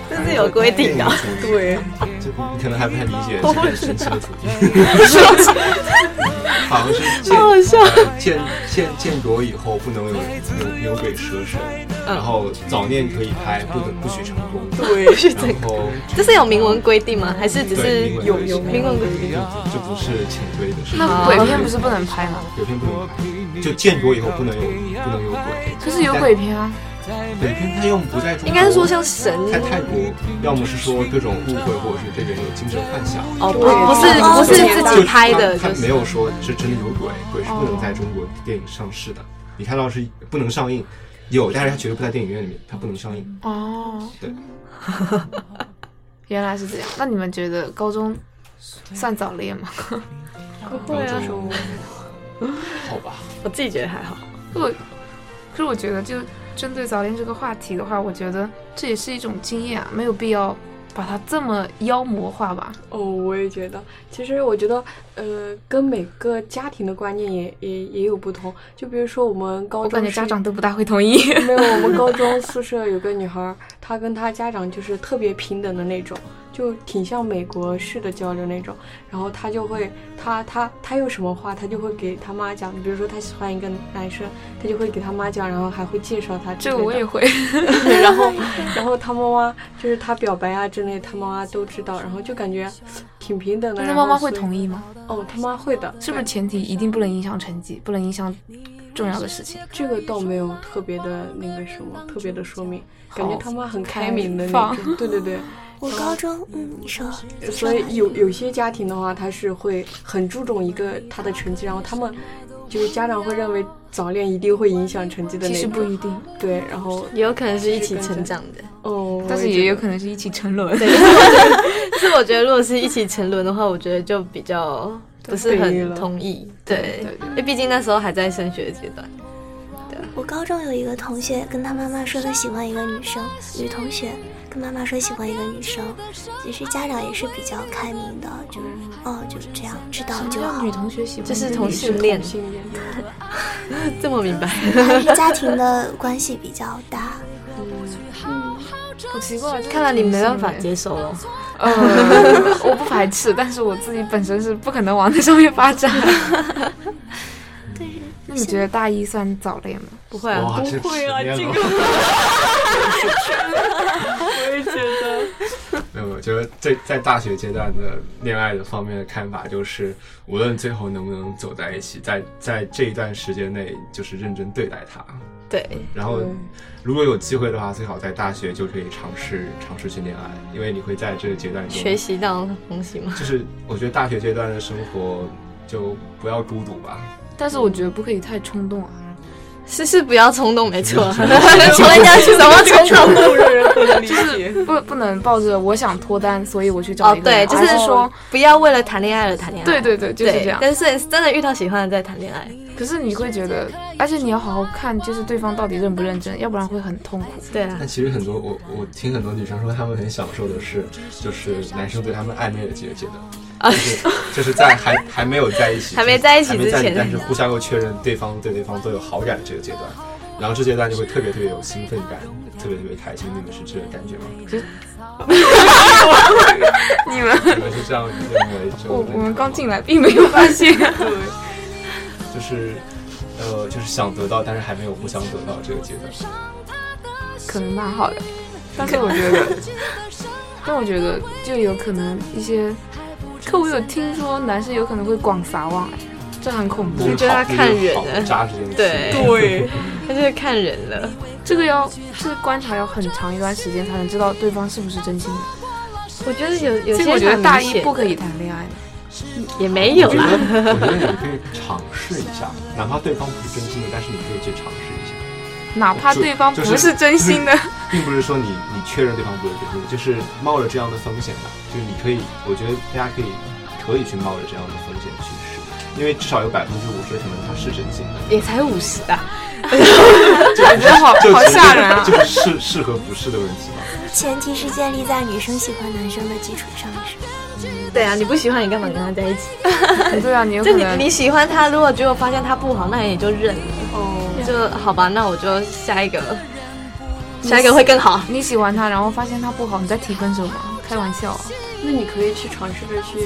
Speaker 5: 这是有规定的，
Speaker 6: 对，
Speaker 1: 就你可能还不太理解这个神奇的土地，好像是建
Speaker 5: 好笑
Speaker 1: 呃建建建国以后不能有牛牛鬼蛇神，然后早恋可以拍，不能不许成功，
Speaker 6: 对，
Speaker 1: 然后
Speaker 5: 这是有明文规定吗？还是只是
Speaker 1: 对明文
Speaker 6: 有
Speaker 1: 规
Speaker 6: 有
Speaker 1: 定
Speaker 5: 明文规定？
Speaker 1: 就就不是潜规的事情。
Speaker 3: 那鬼片不是不能拍吗？
Speaker 1: 鬼片不能拍，就建国以后不能有不能有鬼。
Speaker 3: 可是有鬼片啊，
Speaker 1: 鬼片它要么不在中国，
Speaker 5: 应该是说像神
Speaker 1: 在泰国，要么是说各种误会，或者是对人有精神幻想。
Speaker 5: 哦，不
Speaker 6: 对
Speaker 5: 不是不是自
Speaker 1: 就
Speaker 5: 己拍的，
Speaker 1: 哦他
Speaker 5: 就
Speaker 1: 他没
Speaker 5: 是哦
Speaker 1: 有说是真的有鬼，鬼是不能在中国电影上市的。你看到是不能上映，有，但是它绝对不在电影院里面，它不能上映。
Speaker 3: 哦，
Speaker 1: 对，
Speaker 3: 原来是这样。那你们觉得高中算早恋吗？
Speaker 5: 不
Speaker 1: 然后就说， [LAUGHS] 好吧，
Speaker 5: 我自己觉得还好。
Speaker 3: 我，可是我觉得，就针对早恋这个话题的话，我觉得这也是一种经验啊，没有必要把它这么妖魔化吧。
Speaker 6: 哦，我也觉得，其实我觉得，呃，跟每个家庭的观念也也也有不同。就比如说我们高
Speaker 3: 我
Speaker 6: 中
Speaker 3: 感觉
Speaker 6: 是
Speaker 3: 家长都不大会同意。
Speaker 6: 没有，我们高中宿舍有个女孩儿，她跟她家长就是特别平等的那种，就挺像美国式的交流那种。然后她就会，她她她有什么话，她就会给她妈讲。比如说她喜欢一个男生，她就会给她妈讲，然后还会介绍他
Speaker 3: 这
Speaker 6: 之类
Speaker 3: 个
Speaker 6: 的。
Speaker 3: 我也会，
Speaker 6: 对， [LAUGHS]
Speaker 3: [LAUGHS]
Speaker 6: 然后然后她妈妈就是她表白啊之类，她妈妈都知道，然后就感觉挺平等的。
Speaker 3: 那
Speaker 6: 然
Speaker 3: 妈
Speaker 6: 后
Speaker 3: 妈会
Speaker 6: 所以
Speaker 3: 同意吗？
Speaker 6: 哦，她妈会的，
Speaker 3: 是不
Speaker 6: 对
Speaker 3: 是前提一定不能影响成绩，不能影响重要的事情？
Speaker 6: 这个倒没有特别的那个什么，特别的说明，感觉
Speaker 3: 好
Speaker 6: 他妈很
Speaker 3: 开
Speaker 6: 开明的那
Speaker 3: 放
Speaker 6: 种。对
Speaker 3: [LAUGHS]
Speaker 6: 对对，
Speaker 2: 我高中，嗯，你说，
Speaker 6: 所以有有些家庭的话，他是会很注重一个他的成绩，然后他们就是家长会认为早恋一定会影响成绩的
Speaker 3: 其
Speaker 6: 那
Speaker 3: 实不
Speaker 6: 种。
Speaker 3: 一定，
Speaker 6: 对，然后
Speaker 5: 也有可能是一起成长的。
Speaker 6: 哦，
Speaker 3: 但是
Speaker 6: 我觉得
Speaker 3: 也有可能是一起沉沦。 [LAUGHS]
Speaker 5: 是我觉得如果是一起沉沦的话，我觉得就比较不是
Speaker 6: 对
Speaker 5: 很
Speaker 6: 了
Speaker 5: 同意。对，
Speaker 3: 对对
Speaker 5: 因为毕竟那时候还在升学阶段。
Speaker 2: 我高中有一个同学跟他妈妈说他喜欢一个女生，女同学跟妈妈说喜欢一个女生，其实家长也是比较开明的，就是哦就这样知道就
Speaker 3: 让
Speaker 2: 好
Speaker 3: 女。同学喜欢，
Speaker 5: 就是同性恋
Speaker 6: 同性恋，
Speaker 5: 这么明白？
Speaker 2: 还是家庭的关系比较大，
Speaker 3: 好奇怪，就是
Speaker 5: 看来你没办法
Speaker 3: 同性恋
Speaker 5: 接受了。
Speaker 3: [LAUGHS] 呃，我不排斥，但是我自己本身是不可能往那上面发展。
Speaker 5: [LAUGHS]
Speaker 3: 那你觉得大一算早恋吗？
Speaker 5: 不会啊，
Speaker 1: 这
Speaker 5: 不会啊，
Speaker 1: 实验
Speaker 5: 这
Speaker 1: 了
Speaker 5: 个
Speaker 1: 没有，我觉得在在大学阶段的恋爱的方面的看法就是，无论最后能不能走在一起，在在这一段时间内就是认真对待它。
Speaker 5: [LAUGHS] 对，
Speaker 1: 然后
Speaker 5: 嗯
Speaker 6: 对，
Speaker 1: 如果有机会的话，最好在大学就可以尝试尝试去恋爱，因为你会在这个阶段中
Speaker 5: 学习到东西吗？
Speaker 1: 就是我觉得大学阶段的生活就不要孤独吧。
Speaker 3: 但是我觉得不可以太冲动啊。
Speaker 5: 是是不要冲动，没错。
Speaker 1: 是
Speaker 5: 请问你要去什么冲动？
Speaker 3: 不不能抱着我想脱单，所以我去找
Speaker 5: 哦
Speaker 3: 一，个人。
Speaker 5: 对，就
Speaker 3: 而
Speaker 5: 是
Speaker 3: 是说，
Speaker 5: 不要为了谈恋爱而谈恋爱。
Speaker 3: 对对对，就是
Speaker 5: 对，
Speaker 3: 这样。
Speaker 5: 但是真的遇到喜欢的再谈恋爱。
Speaker 3: 可是你会觉得，而且你要好好看，就是对方到底认不认真，要不然会很痛苦。
Speaker 5: 对啊
Speaker 1: 但，其实很多我我听很多女生说，她们很享受的是，就是男生对她们暧昧的阶阶段，就是就是在还还没有在一起，
Speaker 5: 啊还没在一起
Speaker 1: 还没
Speaker 5: 之
Speaker 1: 在
Speaker 5: 前
Speaker 1: 但是互相又确认对方对对方都有好感的这个阶段，然后这阶段就会特别特别有兴奋感，特别特别开心。你们是这个感觉吗？ [LAUGHS]
Speaker 5: [LAUGHS]
Speaker 3: 你们，
Speaker 1: 你们是这样认为？这种
Speaker 3: 我
Speaker 1: 感觉
Speaker 3: 我们刚
Speaker 1: 吗
Speaker 3: 进来并没有发现。
Speaker 1: 就是呃就是想得到，但是还没有互相得到这个阶段。
Speaker 3: 可能蛮好的，但是我觉得， [LAUGHS] 但我觉得就有可能一些，可我有听说男生有可能会广撒网，哎这很恐怖
Speaker 5: 我，觉得要看人
Speaker 1: 好
Speaker 5: 的
Speaker 1: 渣之间的区
Speaker 5: 对
Speaker 1: 别
Speaker 5: 对， [LAUGHS] 那就是看人了。
Speaker 3: 这个要这个观察要很长一段时间才能知道对方是不是真心的，
Speaker 5: 我觉得有有
Speaker 3: 所以
Speaker 5: 些
Speaker 3: 我觉
Speaker 5: 蛮
Speaker 3: 得大
Speaker 5: 明
Speaker 3: 一
Speaker 5: 显
Speaker 3: 不可以谈恋爱的，
Speaker 5: 也没有
Speaker 1: 我觉
Speaker 5: 啦。
Speaker 1: 得，我觉得你可以尝试一下，哪怕对方不是真心的，但是你可以去尝试一下，
Speaker 3: 哪怕对方
Speaker 1: 就
Speaker 3: 不是真心 [LAUGHS] 的，
Speaker 1: 并不是说你你确认对方不是真心的，就是冒着这样的风险吧。就是你可以，我觉得大家可以可以去冒着这样的风险去试，因为至少有百分之五十的可能他是真心的。
Speaker 5: 也才五十啊，
Speaker 3: 感觉好
Speaker 1: 就
Speaker 3: 好
Speaker 1: 只是
Speaker 3: 吓人啊！
Speaker 1: 就是是是和不是的问题嘛。
Speaker 2: 前提是建立在女生喜欢男生的基础上，是吧？
Speaker 5: 对啊，你不喜欢你干嘛跟他在一起？
Speaker 3: 对啊，你有
Speaker 5: 就
Speaker 3: 可
Speaker 5: 你
Speaker 3: 能
Speaker 5: 你喜欢他，如果结果发现他不好，那你就认了，
Speaker 6: 哦，
Speaker 5: 就好吧，那我就下一个，下一个会更好。
Speaker 3: 你喜欢他，然后发现他不好，你再提分手吗？开玩笑啊！
Speaker 6: 那你可以去尝试着去，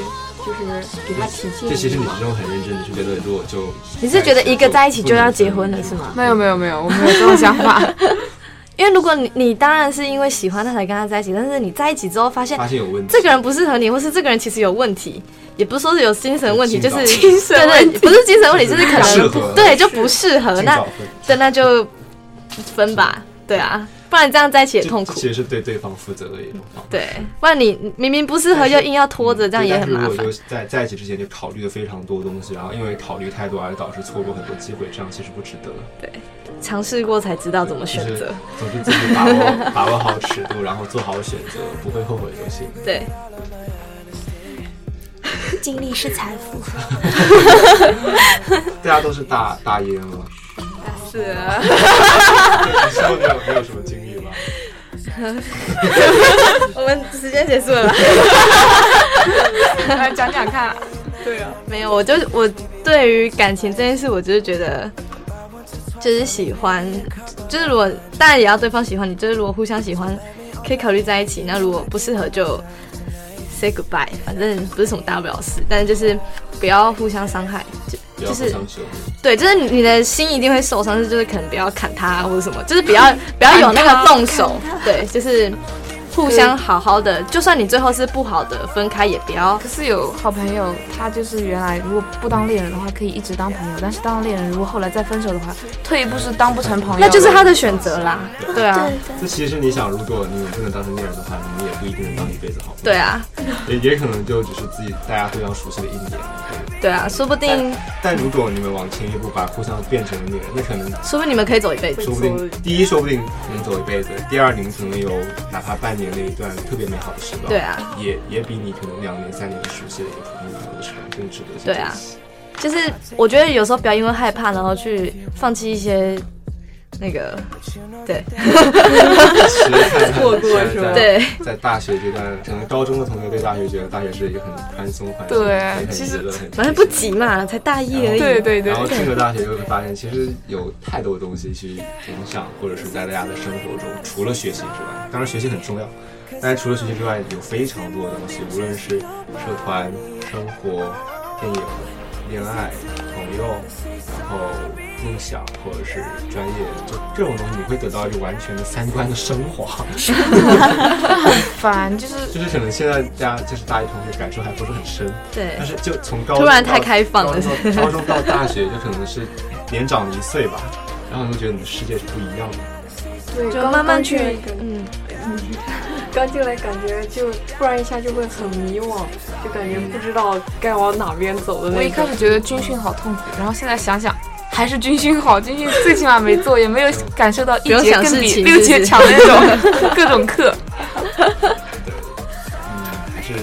Speaker 6: 就是给他提建议。
Speaker 1: 这其实你是那种很认真的，是觉得如果就
Speaker 5: 你是觉得一个在一起就要结婚了是？吗？
Speaker 3: 没有没有没有，我没有这种想法。
Speaker 5: 嗯因为如果你你当然是因为喜欢他才跟他在一起，但是你在一起之后发
Speaker 1: [LAUGHS]
Speaker 5: 现
Speaker 1: 发现有问题，
Speaker 5: 这个人不适合你，或是这个人其实有问题，也不是说是有精神问题，
Speaker 1: 有
Speaker 5: 就是
Speaker 1: 精
Speaker 5: 对 [LAUGHS] 对，不是精神问题，就是可
Speaker 1: 不适
Speaker 5: 能
Speaker 1: 合
Speaker 5: 对就不适合，
Speaker 1: 尽
Speaker 5: 那
Speaker 1: 早分
Speaker 5: 对那就分吧，对啊，不然你这样在一起也
Speaker 1: 这
Speaker 5: 痛
Speaker 1: 这
Speaker 5: 苦
Speaker 1: 其，实是对对方负责的一种方式。
Speaker 5: 对，不然你明明不适合又硬要拖着，这样也很麻
Speaker 1: 嗯对但是
Speaker 5: 烦
Speaker 1: 如果。就在在一起之前就考虑了非常多东西，然后因为考虑太多而导致错过很多机会，这样其实不值得。
Speaker 5: 尝试过才知道怎么选
Speaker 1: 就
Speaker 5: 择
Speaker 1: 是，总之自己把握把握好尺度，然后做好选择，不会后悔就行。
Speaker 5: 对，
Speaker 2: 经历是财富。
Speaker 1: 大家都是大大一了吗？
Speaker 5: 是
Speaker 1: [LAUGHS]
Speaker 5: 啊，
Speaker 1: 你之后没有没有什么经历吗？
Speaker 5: 我们时间结束了 [LAUGHS] 吧。
Speaker 3: 来讲讲看啊，
Speaker 5: 没有，我就我对于感情这件事，我就是觉得，就是喜欢，就是如果当然也要对方喜欢你，就是如果互相喜欢，可以考虑在一起。那如果不适合就 say goodbye，反正不是什么大不了的事，但是就是不要互相伤害。就
Speaker 1: 不要
Speaker 5: 就是
Speaker 1: 互相折磨。
Speaker 5: 对，就是你的心一定会受伤，就是可能不要砍他啊或者什么，就是不要不要有那个动手，对，就是互相好好的，就算你最后是不好的分开，也不要
Speaker 3: 可是有好朋友，他就是原来如果不当恋人的话，可以一直当朋友；但是当了恋人，如果后来再分手的话，退一步是当不成朋友。
Speaker 5: 那就是他的选择啦，对啊
Speaker 2: 对，对，
Speaker 1: 这其实你想，如果你们真的当成恋人的话，你们也不一定能当一辈子好朋
Speaker 5: 对啊，
Speaker 1: 友，也也可能就只是自己大家非常熟悉的一年。对
Speaker 5: 对啊，说不定，
Speaker 1: 但如果你们往前一步，把互相变成了恋人，那可能
Speaker 5: 说不定你们可以走一辈子。
Speaker 1: 说不定第一，说不定能走一辈子；第二，你们可能有哪怕半年的一段特别美好的时光。
Speaker 5: 对啊，
Speaker 1: 也也比你可能两年、三年熟悉的一个普通朋友的时光更值得去
Speaker 5: 对啊
Speaker 1: 珍惜
Speaker 5: 就是我觉得有时候不要因为害怕，然后去放弃一些那个，对
Speaker 1: 其实
Speaker 5: [LAUGHS]
Speaker 1: 看看
Speaker 6: 错过
Speaker 1: 现在
Speaker 6: 是吧
Speaker 1: 在
Speaker 5: 对，
Speaker 1: 在大学阶段，可能高中的同学对大学觉得大学是一个很宽松环境，
Speaker 6: 对
Speaker 1: 很很
Speaker 6: 其
Speaker 1: 娱
Speaker 6: 实
Speaker 1: 乐很
Speaker 5: 反正不急嘛，才大一而已。
Speaker 6: 对对对
Speaker 1: 然后进了大学就会发现，其实有太多东西去影响，或者是在大家的生活中，除了学习之外，当然学习很重要，但是除了学习之外，有非常多的东西，无论是社团、生活、电影、恋爱、朋友，然后梦想或者是专业，就这种东西，你会得到一个完全的三观的升华。 [LAUGHS]
Speaker 3: 烦，就是
Speaker 1: 就是可能现在大家就是大一同学感受还不是很深，
Speaker 5: 对
Speaker 1: 但是就从高
Speaker 5: 突然
Speaker 1: 中
Speaker 5: 太
Speaker 1: 到
Speaker 5: 开放了
Speaker 1: 高中到高中到大学就可能是年长一岁吧，然后你就觉得你的世界是不一样的。
Speaker 6: 对，
Speaker 5: 就
Speaker 6: 刚
Speaker 5: 慢慢
Speaker 6: 刚进来
Speaker 5: 去
Speaker 6: 感，
Speaker 5: 嗯，
Speaker 6: 刚进来感觉就突然一下就会很迷惘，就感觉不知道该往哪边走的
Speaker 3: 我
Speaker 6: 那
Speaker 3: 一开
Speaker 6: 种。
Speaker 3: 始觉得军训好痛苦，然后现在想想还是军训好，军训最起码没作业，没有感受到一
Speaker 5: 不用
Speaker 3: 节
Speaker 5: 想
Speaker 3: 更
Speaker 5: 事
Speaker 3: 比
Speaker 5: 情
Speaker 3: 六
Speaker 5: 是不
Speaker 3: 节
Speaker 5: 是
Speaker 3: 强的那 [LAUGHS] 种各种课。
Speaker 1: 嗯，还是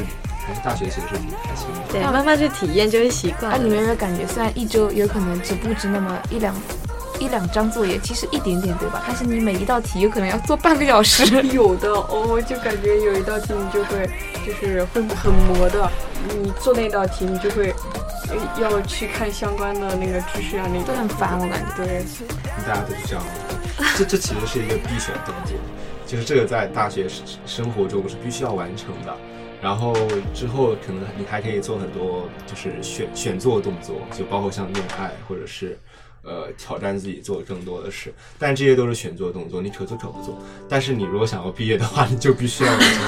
Speaker 1: 还是大学其实是挺开心的。
Speaker 5: 对，慢慢去体验就会习
Speaker 3: 那
Speaker 5: 惯了。
Speaker 3: 啊你们有没有感觉，虽然一周有可能只布置那么一两一两张作业，其实一点点对吧？但是你每一道题有可能要做半个小时。
Speaker 6: 有的哦，就感觉有一道题你就会，就是会很磨的。你做那道题，你就会呃要去看相关的那个知识啊，那
Speaker 3: 都
Speaker 6: 个
Speaker 3: 很烦我感觉
Speaker 6: 对，
Speaker 1: 大家都是这样的。这这其实是一个必选动作，就是这个在大学生生活中是必须要完成的。然后之后可能你还可以做很多就是选选做动作，就包括像恋爱或者是。呃，挑战自己做更多的事，但这些都是选做动作，你可做可不做。但是你如果想要毕业的话，你就必须要完成，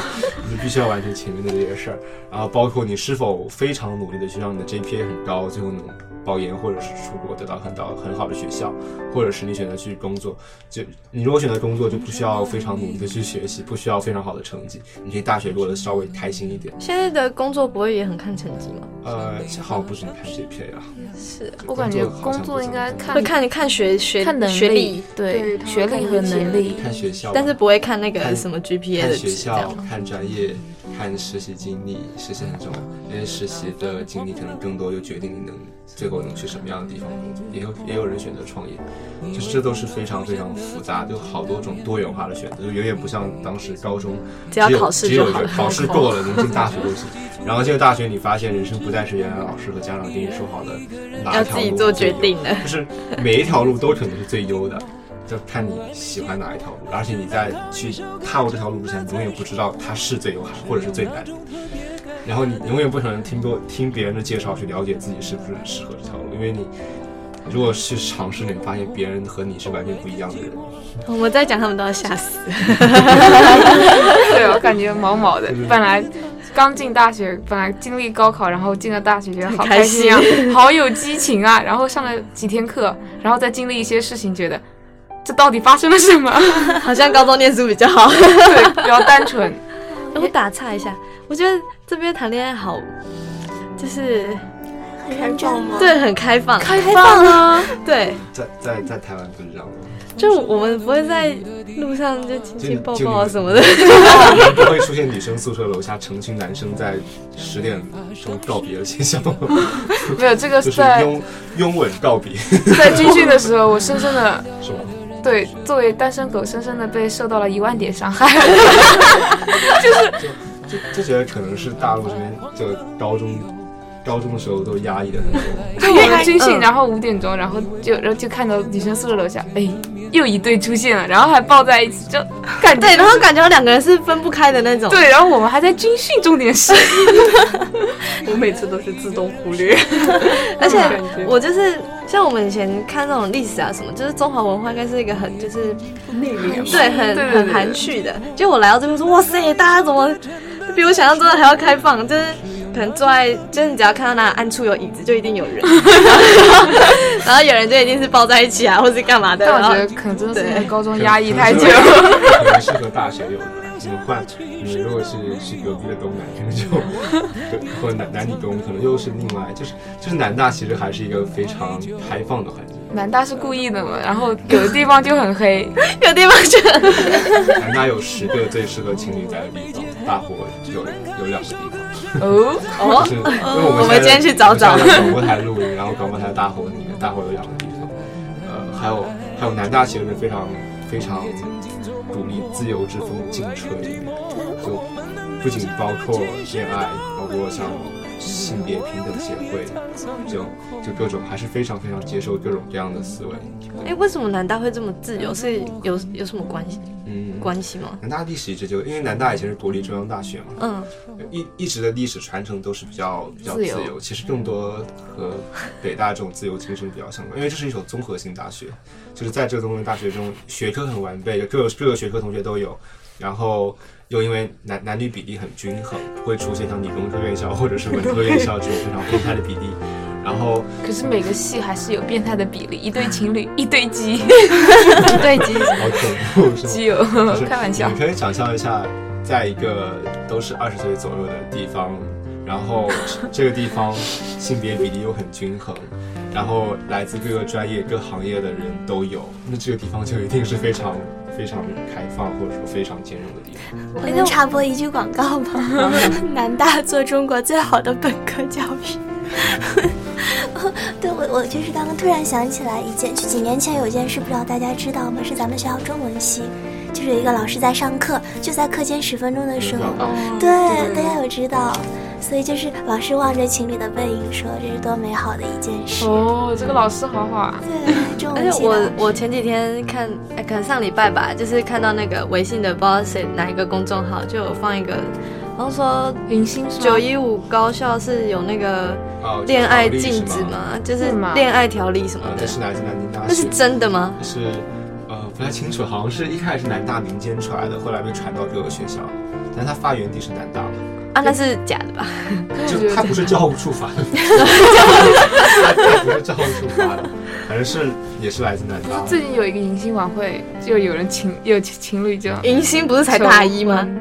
Speaker 1: 你就必须要完成前面的这些事儿。然后包括你是否非常努力的去让你的 GPA 很高，最后能保研或者是出国得到很到很好的学校，或者是你选择去工作，就你如果选择工作，就不需要非常努力的去学习，不需要非常好的成绩，你可以大学过得稍微开心一点。
Speaker 5: 现在的工作不会也很看成绩吗？
Speaker 1: 呃，这好像不是你看 GPA 啊，
Speaker 5: 是，
Speaker 1: 就
Speaker 3: 我感觉工
Speaker 1: 好像不
Speaker 3: 作
Speaker 1: 是
Speaker 3: 应该
Speaker 1: 你
Speaker 3: 看
Speaker 5: 会看啊看学学
Speaker 3: 看能力，
Speaker 5: 学历，
Speaker 3: 对
Speaker 6: 对
Speaker 3: 学历和能力。
Speaker 1: 看学校吧，
Speaker 5: 但是不会看那个
Speaker 1: 看
Speaker 5: 什么 GPA
Speaker 1: 看
Speaker 5: 的
Speaker 1: 学
Speaker 5: 指标
Speaker 1: 校、看专业、看实习经历，实习很重要，因为实习的经历可能更多就决定你能最后能去什么样的地方工作。也有也有人选择创业，就是这都是非常非常复杂，就好多种多元化的选择，就远远不像当时高中
Speaker 5: 只要
Speaker 1: 有
Speaker 5: 考试
Speaker 1: 只
Speaker 5: 就
Speaker 1: 有一
Speaker 5: 好
Speaker 1: 个
Speaker 5: 了
Speaker 1: 考试过了能进大学就行。然后进了大学，你发现人生不再是原来老师和家长给你说好的哪
Speaker 5: 要
Speaker 1: 一
Speaker 5: 自
Speaker 1: 条
Speaker 5: 己
Speaker 1: 路
Speaker 5: 做
Speaker 1: 最
Speaker 5: 决
Speaker 1: 优
Speaker 5: 定的。
Speaker 1: [LAUGHS] 就是每一条路都可能是最优的，就看你喜欢哪一条路。而且你在去踏入这条路之前，永远不知道它是最优还或者是最难的。然后你永远不可能听多听别人的介绍去了解自己是不是适合这条路，因为你如果去尝试了，你发现别人和你是完全不一样的人，
Speaker 5: 我们再讲他们都要吓 [LAUGHS] 死。
Speaker 3: 对，我感觉毛毛的。本来刚进大学，本来经历高考，然后进了大学，觉得好开心啊，好有激情啊。然后上了几天课，然后再经历一些事情，觉得这到底发生了什么？ [LAUGHS]
Speaker 5: 好像高中念书比较好。
Speaker 3: 对，比较单纯。
Speaker 5: 我打岔一下，我觉得这边谈恋爱好，就是
Speaker 2: 很认真吗？
Speaker 5: 对很开放，开
Speaker 3: 放啊！
Speaker 5: 对，
Speaker 1: 在在在台湾不是这样的，
Speaker 5: 就我们不会在路上就亲亲抱抱啊什 [LAUGHS] 么的。
Speaker 1: 不会出现女生宿舍楼下成群男生在十点钟告别的现象，
Speaker 3: 没有这个
Speaker 5: [LAUGHS]
Speaker 1: 就是
Speaker 3: 在
Speaker 1: 拥拥吻告别，
Speaker 3: 在军训的时候，我深深的
Speaker 1: 是吧？
Speaker 3: 对作为单身狗，深深的被受到了一万点伤害。
Speaker 1: 这这些可能是大陆这边就高中高中的时候都压抑的很
Speaker 3: [LAUGHS]
Speaker 1: 多，
Speaker 3: 就我们军训，
Speaker 5: 嗯
Speaker 3: 然后五点钟，然后就然后就看到女生宿舍楼下，哎，又一对出现了，然后还抱在一起，就感觉
Speaker 5: [LAUGHS] 对，然后感觉两个人是分不开的那种。
Speaker 3: 对，然后我们还在军训重点时，
Speaker 6: 我每次都是自动忽略。
Speaker 5: 而且
Speaker 6: 感觉
Speaker 5: 我就是像我们以前看那种历史啊什么，就是中华文化应该是一个很就是
Speaker 6: 内敛嘛，
Speaker 5: 对很
Speaker 3: 对对
Speaker 5: 很
Speaker 3: 对
Speaker 5: 含蓄的。就我来到这边说，哇塞，大家怎么比我想象中的还要开放？就是可能坐在，就是你只要看到那暗处有椅子，就一定有
Speaker 3: [LAUGHS]
Speaker 5: 人，然后有人就一定是抱在一起啊，或是干嘛的。
Speaker 3: 但
Speaker 5: 然
Speaker 3: 我
Speaker 5: 后哦
Speaker 3: 觉得可能真的是因为
Speaker 5: 对
Speaker 3: [LAUGHS] 高中压抑太久，
Speaker 1: 可能是和大学有关。你们换，你们如果是是隔壁的东南，可能就 [LAUGHS] 对，或者南南理东，可能又是另外，就是就是南大其实还是一个非常开放的环境，
Speaker 3: 南大是故意的嘛，然后有的地方就很黑，
Speaker 5: 有地方去，
Speaker 1: 南大有十个最适合情侣宅的地方，大火有有两个地方。
Speaker 3: 哦，
Speaker 5: 哦
Speaker 1: 就是因为我们
Speaker 5: 我
Speaker 1: 现
Speaker 5: 们
Speaker 1: 在
Speaker 5: 今天去找找
Speaker 1: 我们现在在广播台录音，然后广播台大火里面，大火有两个地方，呃，还有还有南大其实是非常非常鼓励自由之风劲吹，就不仅包括恋爱，包括像性别平等协会，就就各种还是非常非常接受各种各样的思维，
Speaker 5: 哎，为什么南大会这么自由？是有有什么关系
Speaker 1: 嗯。
Speaker 5: 关系吗？
Speaker 1: 南大历史一直就，因为南大以前是国立中央大学嘛，
Speaker 5: 嗯，
Speaker 1: 一一直的历史传承都是比较比较
Speaker 3: 自
Speaker 1: 自
Speaker 3: 由
Speaker 1: 由，其实更多和北大这种自由精神比较相关，因为这是一所综合性大学，就是在这个综合性大学中，学科很完备，有各个各个学科同学都有，然后又因为男男女比例很均衡，不会出现像理工科院校或者是文科院校这种非常变态的比例，然后
Speaker 3: 可是每个系还是有变态的比例，一对情侣，一对鸡，
Speaker 5: 对，其实
Speaker 1: 好恐怖，是吗？
Speaker 3: 基友
Speaker 5: [LAUGHS]
Speaker 1: 就是，
Speaker 3: 开玩笑
Speaker 1: 你，可以想象一下，在一个都是二十岁左右的地方，然后这个地方性别比例又很均衡，然后来自各个专业、各行业的人都有，那这个地方就一定是非常非常开放或者说非常兼容的地方。
Speaker 2: 我能插播一句广告吗？南大做中国最好的本科教育。对，我我就是刚刚突然想起来一件，就几年前有一件事，不知道大家知道吗？是咱们学校中文系，就是有一个老师在上课，就在课间十分钟的时候，
Speaker 3: 嗯
Speaker 2: 对，大家有知道，所以就是老师望着情侣的背影说：“这是多美好的一件事。
Speaker 3: 哦，这个老师好好啊，
Speaker 2: 对，中
Speaker 5: 而
Speaker 2: 文系
Speaker 5: 且
Speaker 2: 的
Speaker 5: 哎我我前几天看，哎，可能上礼拜吧，就是看到那个微信的，不知道谁哪一个公众号就有放一个，然后说
Speaker 3: 迎新是吗
Speaker 5: 九一五高校是有那个
Speaker 1: 哦，
Speaker 5: 恋爱
Speaker 1: 就是
Speaker 5: 禁
Speaker 1: 条
Speaker 5: 止
Speaker 1: 例是吗？
Speaker 5: 吗？就是
Speaker 3: 是吗
Speaker 5: 恋爱条例什么
Speaker 1: 呃，
Speaker 5: 的
Speaker 1: 那，是来自南京大
Speaker 5: 那是
Speaker 1: 学，
Speaker 5: 真的吗？
Speaker 1: 但是呃不太清楚，好像是一开始是南大民间传来的，后来被传到各个学校，但它发源地是南大嘛。
Speaker 5: 啊，那是假的吧？
Speaker 1: 就他不是教务处罚的，他不是教务处罚的，反正是也是来自南大。
Speaker 3: 最近有一个迎新晚会，就有人情有情侣就
Speaker 5: 迎新不是才大一吗？
Speaker 3: 嗯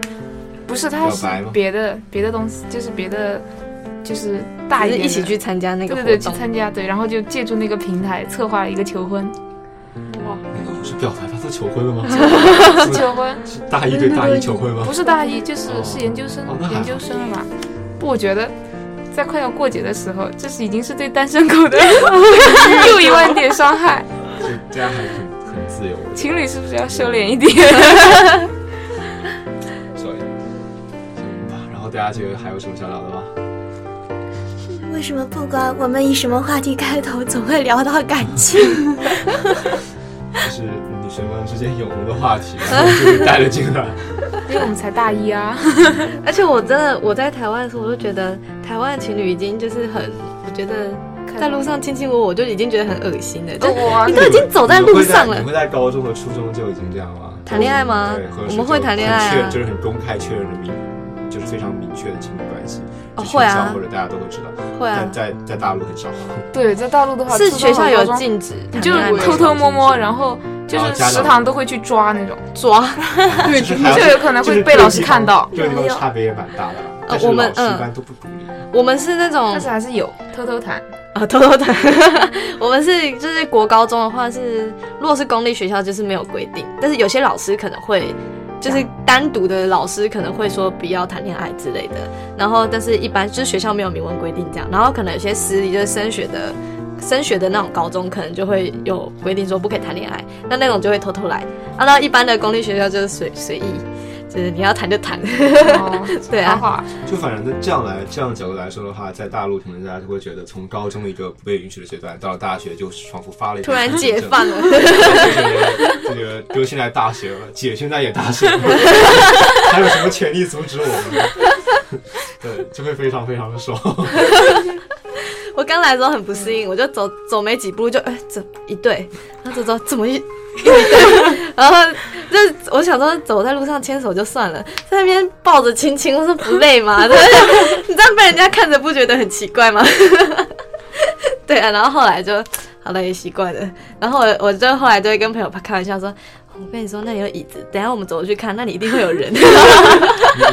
Speaker 3: 不是，他
Speaker 1: 表
Speaker 3: 是
Speaker 1: 白吗
Speaker 3: 别的别的东西，就是别的就是大
Speaker 5: 还
Speaker 3: 一
Speaker 5: 是
Speaker 3: 点的
Speaker 5: 一起去参加
Speaker 3: 对
Speaker 5: 那个活
Speaker 3: 对
Speaker 5: 动？
Speaker 3: 对去参加对，然后就借助那个平台策划了一个求婚，
Speaker 1: 是表白他都求婚了吗？
Speaker 3: [LAUGHS]
Speaker 1: [LAUGHS]
Speaker 3: 求婚
Speaker 1: 是大一对大一求婚吗
Speaker 3: 不？是大一就是
Speaker 1: 哦
Speaker 3: 是研究生
Speaker 1: 哦那还好
Speaker 3: 研究生了嘛，不，我觉得。在快要过节的时候，这是已经是对单身狗 [LAUGHS] 的又一万点伤害。
Speaker 1: 就这样还是很很自由的，
Speaker 3: 情侣是不是要收敛一 [LAUGHS] 点？
Speaker 1: 所以行吧。然后大家觉得还有什么想聊的吗？
Speaker 2: 为什么不管我们以什么话题开头，总会聊到感情？
Speaker 1: 就是女生们之间永恒的话题，然后就被带了进来。
Speaker 3: 因为我们才大一啊。
Speaker 5: 而且我真的我在台湾的时候，我就觉得台湾的情侣已经就是很，我觉得在路上卿卿我我，就已经觉得很恶心了。就
Speaker 3: 我啊
Speaker 5: [LAUGHS] 你都已经走在路上
Speaker 1: 你
Speaker 5: 了，
Speaker 1: 会在高中和初中就已经这样吗？
Speaker 5: 谈恋爱吗
Speaker 1: 对，或者
Speaker 5: 我
Speaker 1: 是
Speaker 5: 们会谈恋爱
Speaker 1: 就
Speaker 5: 啊
Speaker 1: 很确就是很公开确认的明，就是非常明确的亲密关系。
Speaker 5: 哦
Speaker 1: 就
Speaker 5: 会啊
Speaker 1: 学校或者大家都会知道。
Speaker 5: 会啊
Speaker 1: 但，在在大陆很
Speaker 5: [LAUGHS]
Speaker 1: 少，
Speaker 3: 对，在大陆的话，
Speaker 5: 是
Speaker 3: 初中
Speaker 5: 啊学校
Speaker 3: 和
Speaker 5: 有
Speaker 3: 高中
Speaker 5: 禁止谈
Speaker 3: 就
Speaker 5: 恋爱
Speaker 3: 是
Speaker 5: 吗，
Speaker 3: 偷偷摸摸，然后就
Speaker 1: 然
Speaker 3: 是
Speaker 1: 后家长
Speaker 3: 食堂都会去抓那种，
Speaker 5: 抓。嗯
Speaker 1: 对，就是还要
Speaker 3: [LAUGHS] 就有可能会被老师看到。
Speaker 1: 这个地方差别也蛮大的啦，但是
Speaker 5: 哎哦我们嗯
Speaker 1: 老师一般都不鼓励。
Speaker 5: 我们是那种
Speaker 3: 但是还是有偷偷谈，
Speaker 5: 啊，偷偷谈。 [LAUGHS] 我们是就是国高中的话是，如果是公立学校就是没有规定，但是有些老师可能会。就是单独的老师可能会说不要谈恋爱之类的，然后但是一般就是学校没有明文规定这样，然后可能有些私立就是升学的，升学的那种高中可能就会有规定说不可以谈恋爱，那那种就会偷偷来，啊，那一般的公立学校就是随随意，就是你要谈就谈，
Speaker 3: [LAUGHS] 哦
Speaker 5: 对
Speaker 3: 好
Speaker 5: 啊，
Speaker 3: 好啊，
Speaker 1: 就反正这样来这样角度来说的话，在大陆可能大家就会觉得，从高中一个不被允许的阶段，到了大学就是仿佛发了一
Speaker 5: [LAUGHS] 突然解
Speaker 1: 了。
Speaker 5: 放了，
Speaker 1: 这个哥现在大学了，姐现在也大学了，还有什么权利阻止我们呢？对，就会非常非常的爽。
Speaker 5: 我刚来的时候很不适应，我就走走没几步就哎，这一对， [LAUGHS] 然后走走怎么一 [LAUGHS] 又一对，然后就是我想说走在路上牵手就算了，在那边抱着亲亲，我说不累 [LAUGHS] 吗？对，你这样被人家看着不觉得很奇怪吗？ [LAUGHS] 对啊，然后后来就好了也习惯了，然后我我就后来就会跟朋友开玩笑说。我跟你说，那里有椅子，等一下我们走过去看，那里一定会有 [LAUGHS] 人。
Speaker 1: 你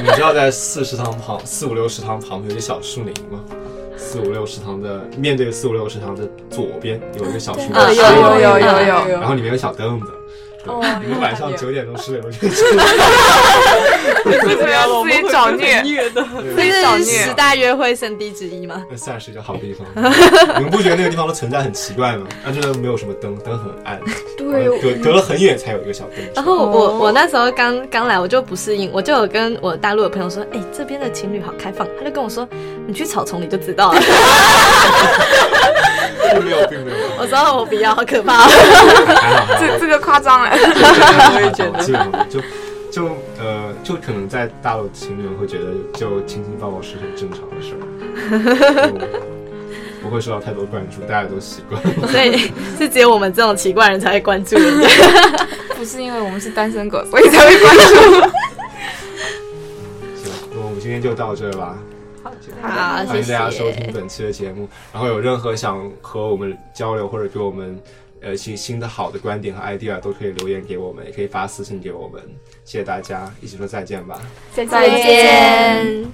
Speaker 1: 你知道在四食堂旁、四五六食堂旁边有一个小树林吗？四五六食堂的面对四五六食堂的左边有一个小树林，
Speaker 5: 啊
Speaker 1: 十
Speaker 5: 有
Speaker 1: 六
Speaker 5: 有有
Speaker 1: 楼
Speaker 5: 有
Speaker 6: 有有
Speaker 1: 然后里面有小凳子。对
Speaker 6: 哦
Speaker 1: 你们晚
Speaker 6: 那
Speaker 1: 上
Speaker 6: 个
Speaker 1: 九点钟十点钟去，
Speaker 3: 为什么要自己找虐？
Speaker 5: 这
Speaker 3: 小
Speaker 5: 是
Speaker 3: 虐
Speaker 5: 十大约会圣地之一吗？
Speaker 1: 那算是一个好地方。你们不觉得那个地方的存在很奇怪吗？那真的没有什么灯，灯很暗，
Speaker 6: 对，
Speaker 1: 隔隔了很远才有一个小灯。
Speaker 5: 然后我、
Speaker 6: 哦
Speaker 5: 我那时候刚刚来，我就不适应，我就有跟我大陆的朋友说，哎、这边的情侣好开放，他就跟我说，你去草丛里就知道了。 [LAUGHS]
Speaker 1: 并没有，并没有。
Speaker 5: 我说哦我不要，好可怕。
Speaker 1: 还好还好
Speaker 3: 这这个夸张了。 [LAUGHS]
Speaker 1: 我也觉得，基本上就就呃，就可能在大陆情侣们会觉得，就亲亲抱抱是很正常的事儿，就不会受到太多关注，大家都习惯。
Speaker 5: [LAUGHS] 所以是只有我们这种奇怪人才会关注人家。
Speaker 3: 不是因为我们是单身狗，所以才会关注。 [LAUGHS]
Speaker 1: 行，那我们今天就到这吧。
Speaker 5: 好，
Speaker 1: 欢
Speaker 5: 谢
Speaker 1: 迎大家收
Speaker 5: 谢
Speaker 1: 听。本期的节目。然后有任何想和我们交流或者给我们呃新新的好的观点和 idea，都可以留言给我们，也可以发私信给我们。谢谢大家，一起说再见吧。
Speaker 6: 再
Speaker 3: 再
Speaker 5: 再见。